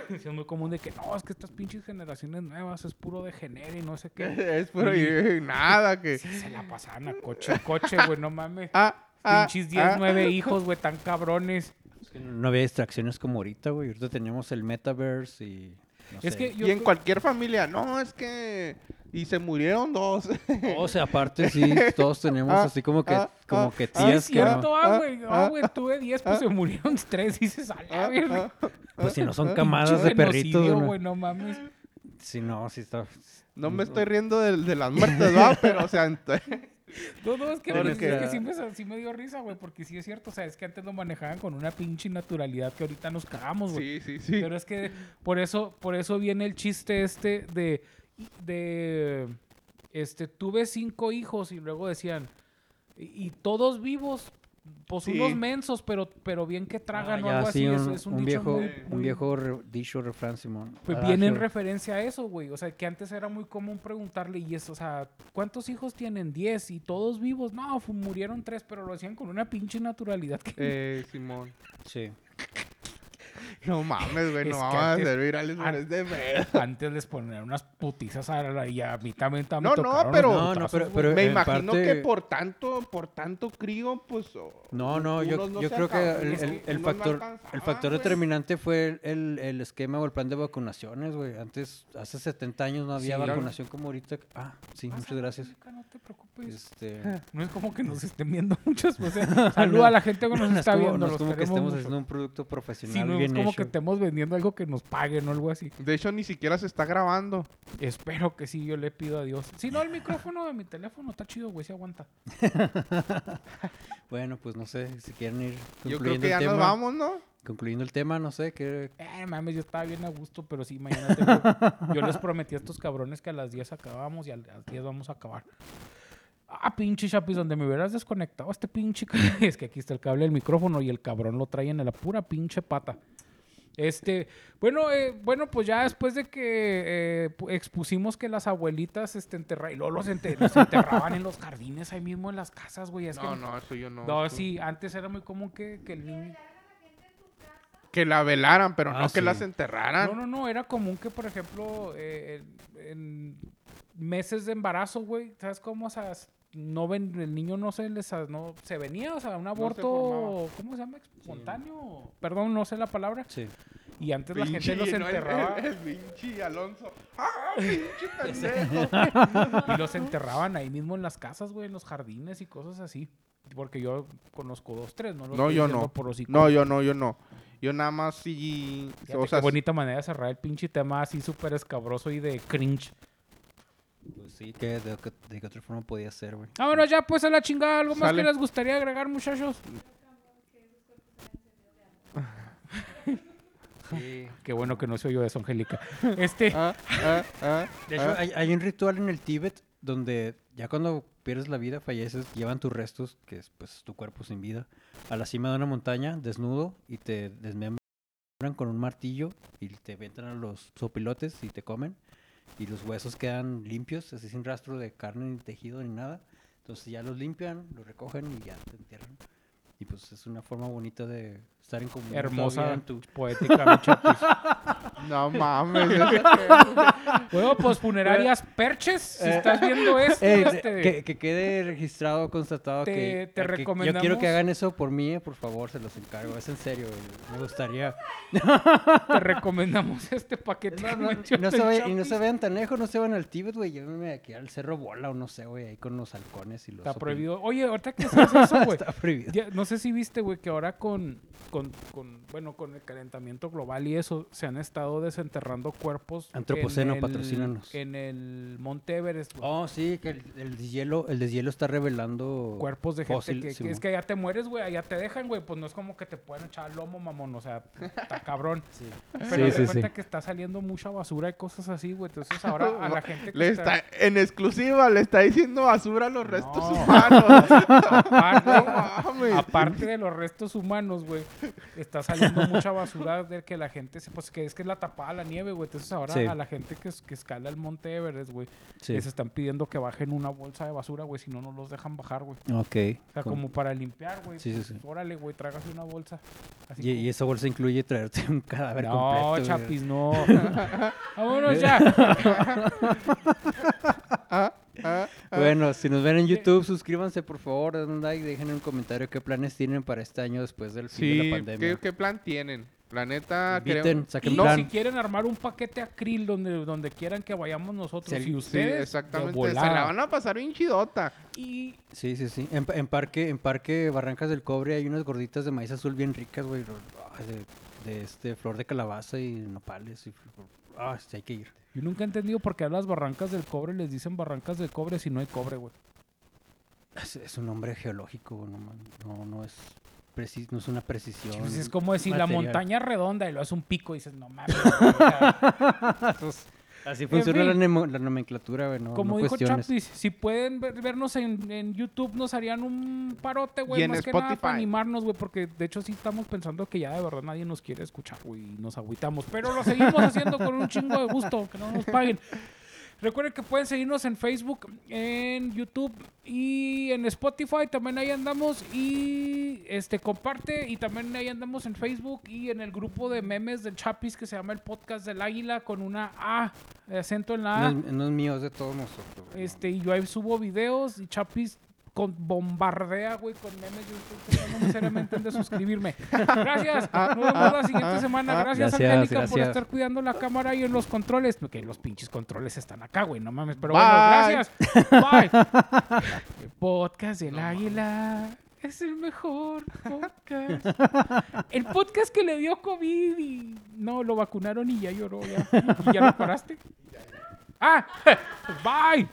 A: sí es muy común de que no, es que estas pinches generaciones nuevas es puro de genere y no sé qué.
C: Es puro y- nada que.
A: Sí, se la pasaban a coche, coche, güey, no mames.
C: Ah, ah,
A: Pinches 10,
C: ah.
A: 9 hijos, güey, tan cabrones.
B: Es que no había distracciones como ahorita, güey. Ahorita teníamos el metaverse y. no
A: Es
B: sé.
A: que yo.
C: Y en
A: creo-
C: cualquier familia, no, es que. Y se murieron dos.
B: O sea, aparte sí, todos tenemos
C: Ah,
B: así como que,
C: ah,
B: como
C: ah,
B: que
A: Sí, es
B: tías que no.
A: cierto, ah,
C: ah,
A: güey. Ah,
C: ah,
A: güey, tuve 10, pues
C: ah.
A: se murieron 3 y se
C: Ah,
A: salió.
C: ah,
B: Pues si no
C: ah.
B: son camadas de perritos, güey.
A: güey, no mames.
B: Sí, no, sí está.
C: No me estoy riendo de, de las muertes, ¿va? Pero, o sea, ent-
A: No, no, es que,
C: Porque-
A: es que sí, me, sí me dio risa, güey, porque sí es cierto, o sea, es que antes lo manejaban con una pinche naturalidad que ahorita nos cagamos, güey.
C: sí, sí, sí.
A: Pero es que por eso, por eso viene el chiste este de, de, este, tuve cinco hijos y luego decían, y, y todos vivos, pues
C: Sí.
A: unos mensos, pero, pero bien que tragan o
B: Ah, ya,
A: algo
B: sí,
A: así, es,
B: un,
A: es un,
B: un
A: dicho
B: viejo,
A: muy-
B: un
A: muy-
B: viejo re- dicho refrán, Simón. Ah,
A: Pues
B: Adagio.
A: viene en referencia a eso, güey. O sea, que antes era muy común preguntarle, y eso, o sea, ¿cuántos hijos tienen? Diez y todos vivos. No, fu- murieron tres, pero lo hacían con una pinche naturalidad que.
C: Eh, Simón.
B: Sí.
C: No mames, güey,
A: Es
C: no
A: que
C: vamos a
A: antes-
C: servir a los
A: an-
C: de pedo.
A: Antes les ponían unas putizas a la y a mí también tam-
C: No, no,
A: tocaron
C: pero-
A: unos
B: No, no,
A: putazos,
B: pero-
A: güey.
B: pero-
C: Me
B: en
C: imagino
B: parte-
C: que por tanto, por tanto crío, pues. o-
B: No, no, yo,
C: unos no
B: yo
C: se
B: creo que
C: alcanzaban,
B: el,
C: es
B: el-
C: que
B: el
C: unos no Ah,
B: factor, el
C: alcanzaban,
B: factor
C: güey.
B: determinante fue el, el esquema o el plan de vacunaciones, güey. Antes, hace 70 años no
A: Sí,
B: había
A: claro.
B: vacunación como ahorita. Ah, sí, muchas
A: Pásale,
B: gracias.
A: chica, No te
C: pues,
A: preocupes.
B: Este,
A: No es como que nos estén viendo muchos. O sea, saluda a la gente que
B: no
A: nos
B: es
A: está
B: como,
A: viendo.
B: no es
A: los
B: como que
A: queremos
B: estemos
A: mucho.
B: haciendo un producto profesional
A: Sí,
C: pues,
A: no es
B: bien
A: como que
B: hecho.
A: estemos vendiendo algo que nos paguen o algo así.
C: De hecho, ni siquiera se está grabando.
A: Espero que sí, yo le pido a Dios. Si no, el micrófono de mi teléfono está chido, güey, se aguanta.
B: Bueno, pues no sé, si quieren ir
C: Yo creo
B: concluyendo
C: que
B: el
C: ya
B: tema.
C: nos vamos, ¿no?
B: Concluyendo el tema, no sé, que
A: Eh, mames, yo estaba bien a gusto, pero sí, mañana tengo... Yo les prometí a estos cabrones que a las 10 acabamos y a las 10 vamos a acabar. Ah, pinche Chapis, donde me hubieras desconectado este pinche... ca- Es que aquí está el cable del micrófono y el cabrón lo trae en la pura pinche pata. Este, bueno, eh, bueno, pues ya después de que eh, pu- expusimos que las abuelitas este, enterra- y luego los, enter- los enterraban en los jardines ahí mismo en las casas, güey. Es que
C: No, no, eso yo no.
A: No,
C: eso-
A: sí, antes era muy común que, que el niño...
C: Que la velaran, pero
B: Ah,
C: no que
B: sí.
C: las enterraran.
A: No, no, no, era común que, por ejemplo, eh, en, en meses de embarazo, güey, ¿sabes cómo? O sea, s- no ven, el niño no se les, a- no, se venía, o sea, un aborto,
C: formaba.
A: ¿cómo se llama? Espontáneo. Perdón, no sé la palabra.
B: sí.
A: Y antes la
C: Pinche, ¿eh?
A: gente los
C: ¿no? El-
A: enterraba.
C: El, el pinche Alonso. ¡Ah, pinche pendejo!
A: Y los enterraban ahí mismo en las casas, güey, en los jardines y cosas así. Porque yo conozco dos, tres, ¿no? Lo
C: No,
A: estoy
C: yo
A: diciendo
C: no.
A: Por hocico.
C: No, yo no, yo no. Yo nada más sí.
A: Fíjate
C: O sea,
A: qué bonita manera de cerrar el pinche tema así súper escabroso y de cringe.
B: Pues sí, que de, qué- de qué otra forma podía ser, güey.
A: Vámonos ya, pues, a la chingada. ¿Algo más
C: Sale.
A: que les gustaría agregar, muchachos? Qué bueno que no se oyó eso, Angélica. Este,
C: ah, ah, ah,
B: De hecho,
C: ah.
B: hay, hay un ritual en el Tíbet donde ya cuando pierdes la vida, falleces, llevan tus restos, que es pues tu cuerpo sin vida, a la cima de una montaña, desnudo, y te desmembran con un martillo y te entran a los sopilotes y te comen. Y los huesos quedan limpios, así sin rastro de carne ni tejido ni nada. Entonces ya los limpian, los recogen y ya te entierran. Y pues es una forma bonita de estar en comunión.
A: hermosa,
B: todavía en tu-
A: poética, muchachos.
C: No mames. yo sé
A: Bueno, pues, funerarias
B: Eh,
A: perches, si estás viendo esto,
B: Ey,
A: este,
B: eh, que, que quede registrado, constatado
A: te-
B: que, eh,
A: te
B: que Yo quiero
A: recomendamos-
B: que hagan eso por mí, eh, por favor, se los encargo. Es en serio, güey, me gustaría.
A: te recomendamos este paquete.
B: No,
A: que
B: no,
A: mencionó
B: no se
A: el
B: vayan- y no
A: Chapis.
B: se vean tan lejos, no se van al Tíbet, güey. Llévenme aquí al Cerro Bola o no sé, güey, ahí con los halcones y los.
A: Está
B: opin-
A: prohibido. Oye, ahorita que sabes eso, güey.
B: Está prohibido.
A: Ya, no sé si viste, güey, que ahora con, con, con, bueno, con el calentamiento global y eso, se han estado desenterrando cuerpos. en
B: Antropoceno,
A: el-
B: patrocínanos.
A: En el Monte Everest, güey.
B: Oh, sí, que el, el deshielo, el deshielo está revelando.
A: Cuerpos de gente
B: fósil,
A: que, que
B: Simón.
A: es que allá te mueres, güey, allá te dejan, güey. Pues no es como que te puedan echar lomo, mamón. O sea, está cabrón.
B: Sí.
A: Pero
B: Sí,
A: te
B: sí,
A: cuenta
B: sí.
A: que está saliendo mucha basura y cosas así, güey. Entonces ahora a la gente que
C: Le está, en exclusiva le está diciendo basura a los restos
A: No.
C: humanos.
A: aparte,
C: No mames.
A: Aparte de los restos humanos, güey, está saliendo mucha basura de que la gente se. Pues que es que es la tapada de la nieve, güey. Entonces ahora
B: Sí.
A: a la gente que, es- que escala el monte Everest, güey,
B: Sí.
A: les están pidiendo que bajen una bolsa de basura, güey, si no, no los dejan bajar, güey.
B: Ok.
A: O sea,
B: Con-
A: como para limpiar, güey.
B: Sí, sí,
A: pues,
B: sí.
A: Órale, güey, trágase una bolsa. Así
B: Y, y esa bolsa incluye traerte un cadáver
A: no,
B: completo. güey.
A: Chapis, no. Vámonos ya.
C: Ah,
B: Bueno, si nos ven en YouTube, suscríbanse por favor, den un like, dejen un comentario qué planes tienen para este año después del fin de
C: sí,
B: la
C: ¿qué,
B: pandemia.
C: qué plan tienen? La neta, creo-
B: Inviten, saquen
A: Y si
B: plan.
A: quieren armar un paquete acril donde, donde quieran que vayamos nosotros
B: Sí,
A: y
C: Sí,
A: ustedes. de
C: exactamente. Se
A: volada.
C: la van a pasar bien chidota.
A: Y
B: Sí, sí, sí. En, en parque, en parque Barrancas del Cobre hay unas gorditas de maíz azul bien ricas, güey. ro- ah, De, de este flor de calabaza y nopales. y fl- ah, sí, hay que ir.
A: yo nunca he entendido por qué a las barrancas del cobre les dicen barrancas del cobre si no hay cobre, güey.
B: Es, es un nombre geológico, güey, no, man- no, no es preci- no es una precisión.
A: Pues es como decir la
B: material.
A: montaña redonda y lo hace un pico y dices, no mames. güey, o sea,
B: Así funciona la,
A: fin.
B: nemo- la nomenclatura, güey. No,
A: como
B: no
A: dijo
B: cuestiones.
A: Chapis, si pueden ver- vernos en, en YouTube, nos harían un parote, güey.
C: Y en
A: más que nada para
C: Spotify.
A: animarnos, güey, porque de hecho sí estamos pensando que ya de verdad nadie nos quiere escuchar, güey, y nos agüitamos. Pero lo seguimos haciendo con un chingo de gusto, que no nos paguen. Recuerden que pueden seguirnos en Facebook, en YouTube y en Spotify. También ahí andamos. Y este comparte. Y también ahí andamos en Facebook y en el grupo de memes del Chapis que se llama el podcast del águila con una A, acento en la A.
B: No es, no es mío, es de todos nosotros. güey, no,
A: Ah. Este, y yo ahí subo videos y Chapis con bombardea, güey, con memes. Yo estoy tratando necesariamente de suscribirme. Gracias. Nos vemos la siguiente semana. Gracias,
B: Gracias,
A: Angélica, por
B: gracias.
A: estar cuidando la cámara y en los controles. Que los pinches controles están acá, güey. No mames. Pero
C: Bye.
A: bueno, gracias. Bye. El podcast del águila. Es el mejor podcast. El podcast que le dio COVID y no, lo vacunaron y ya lloró. Ya, y ya lo paraste. Ah, bye.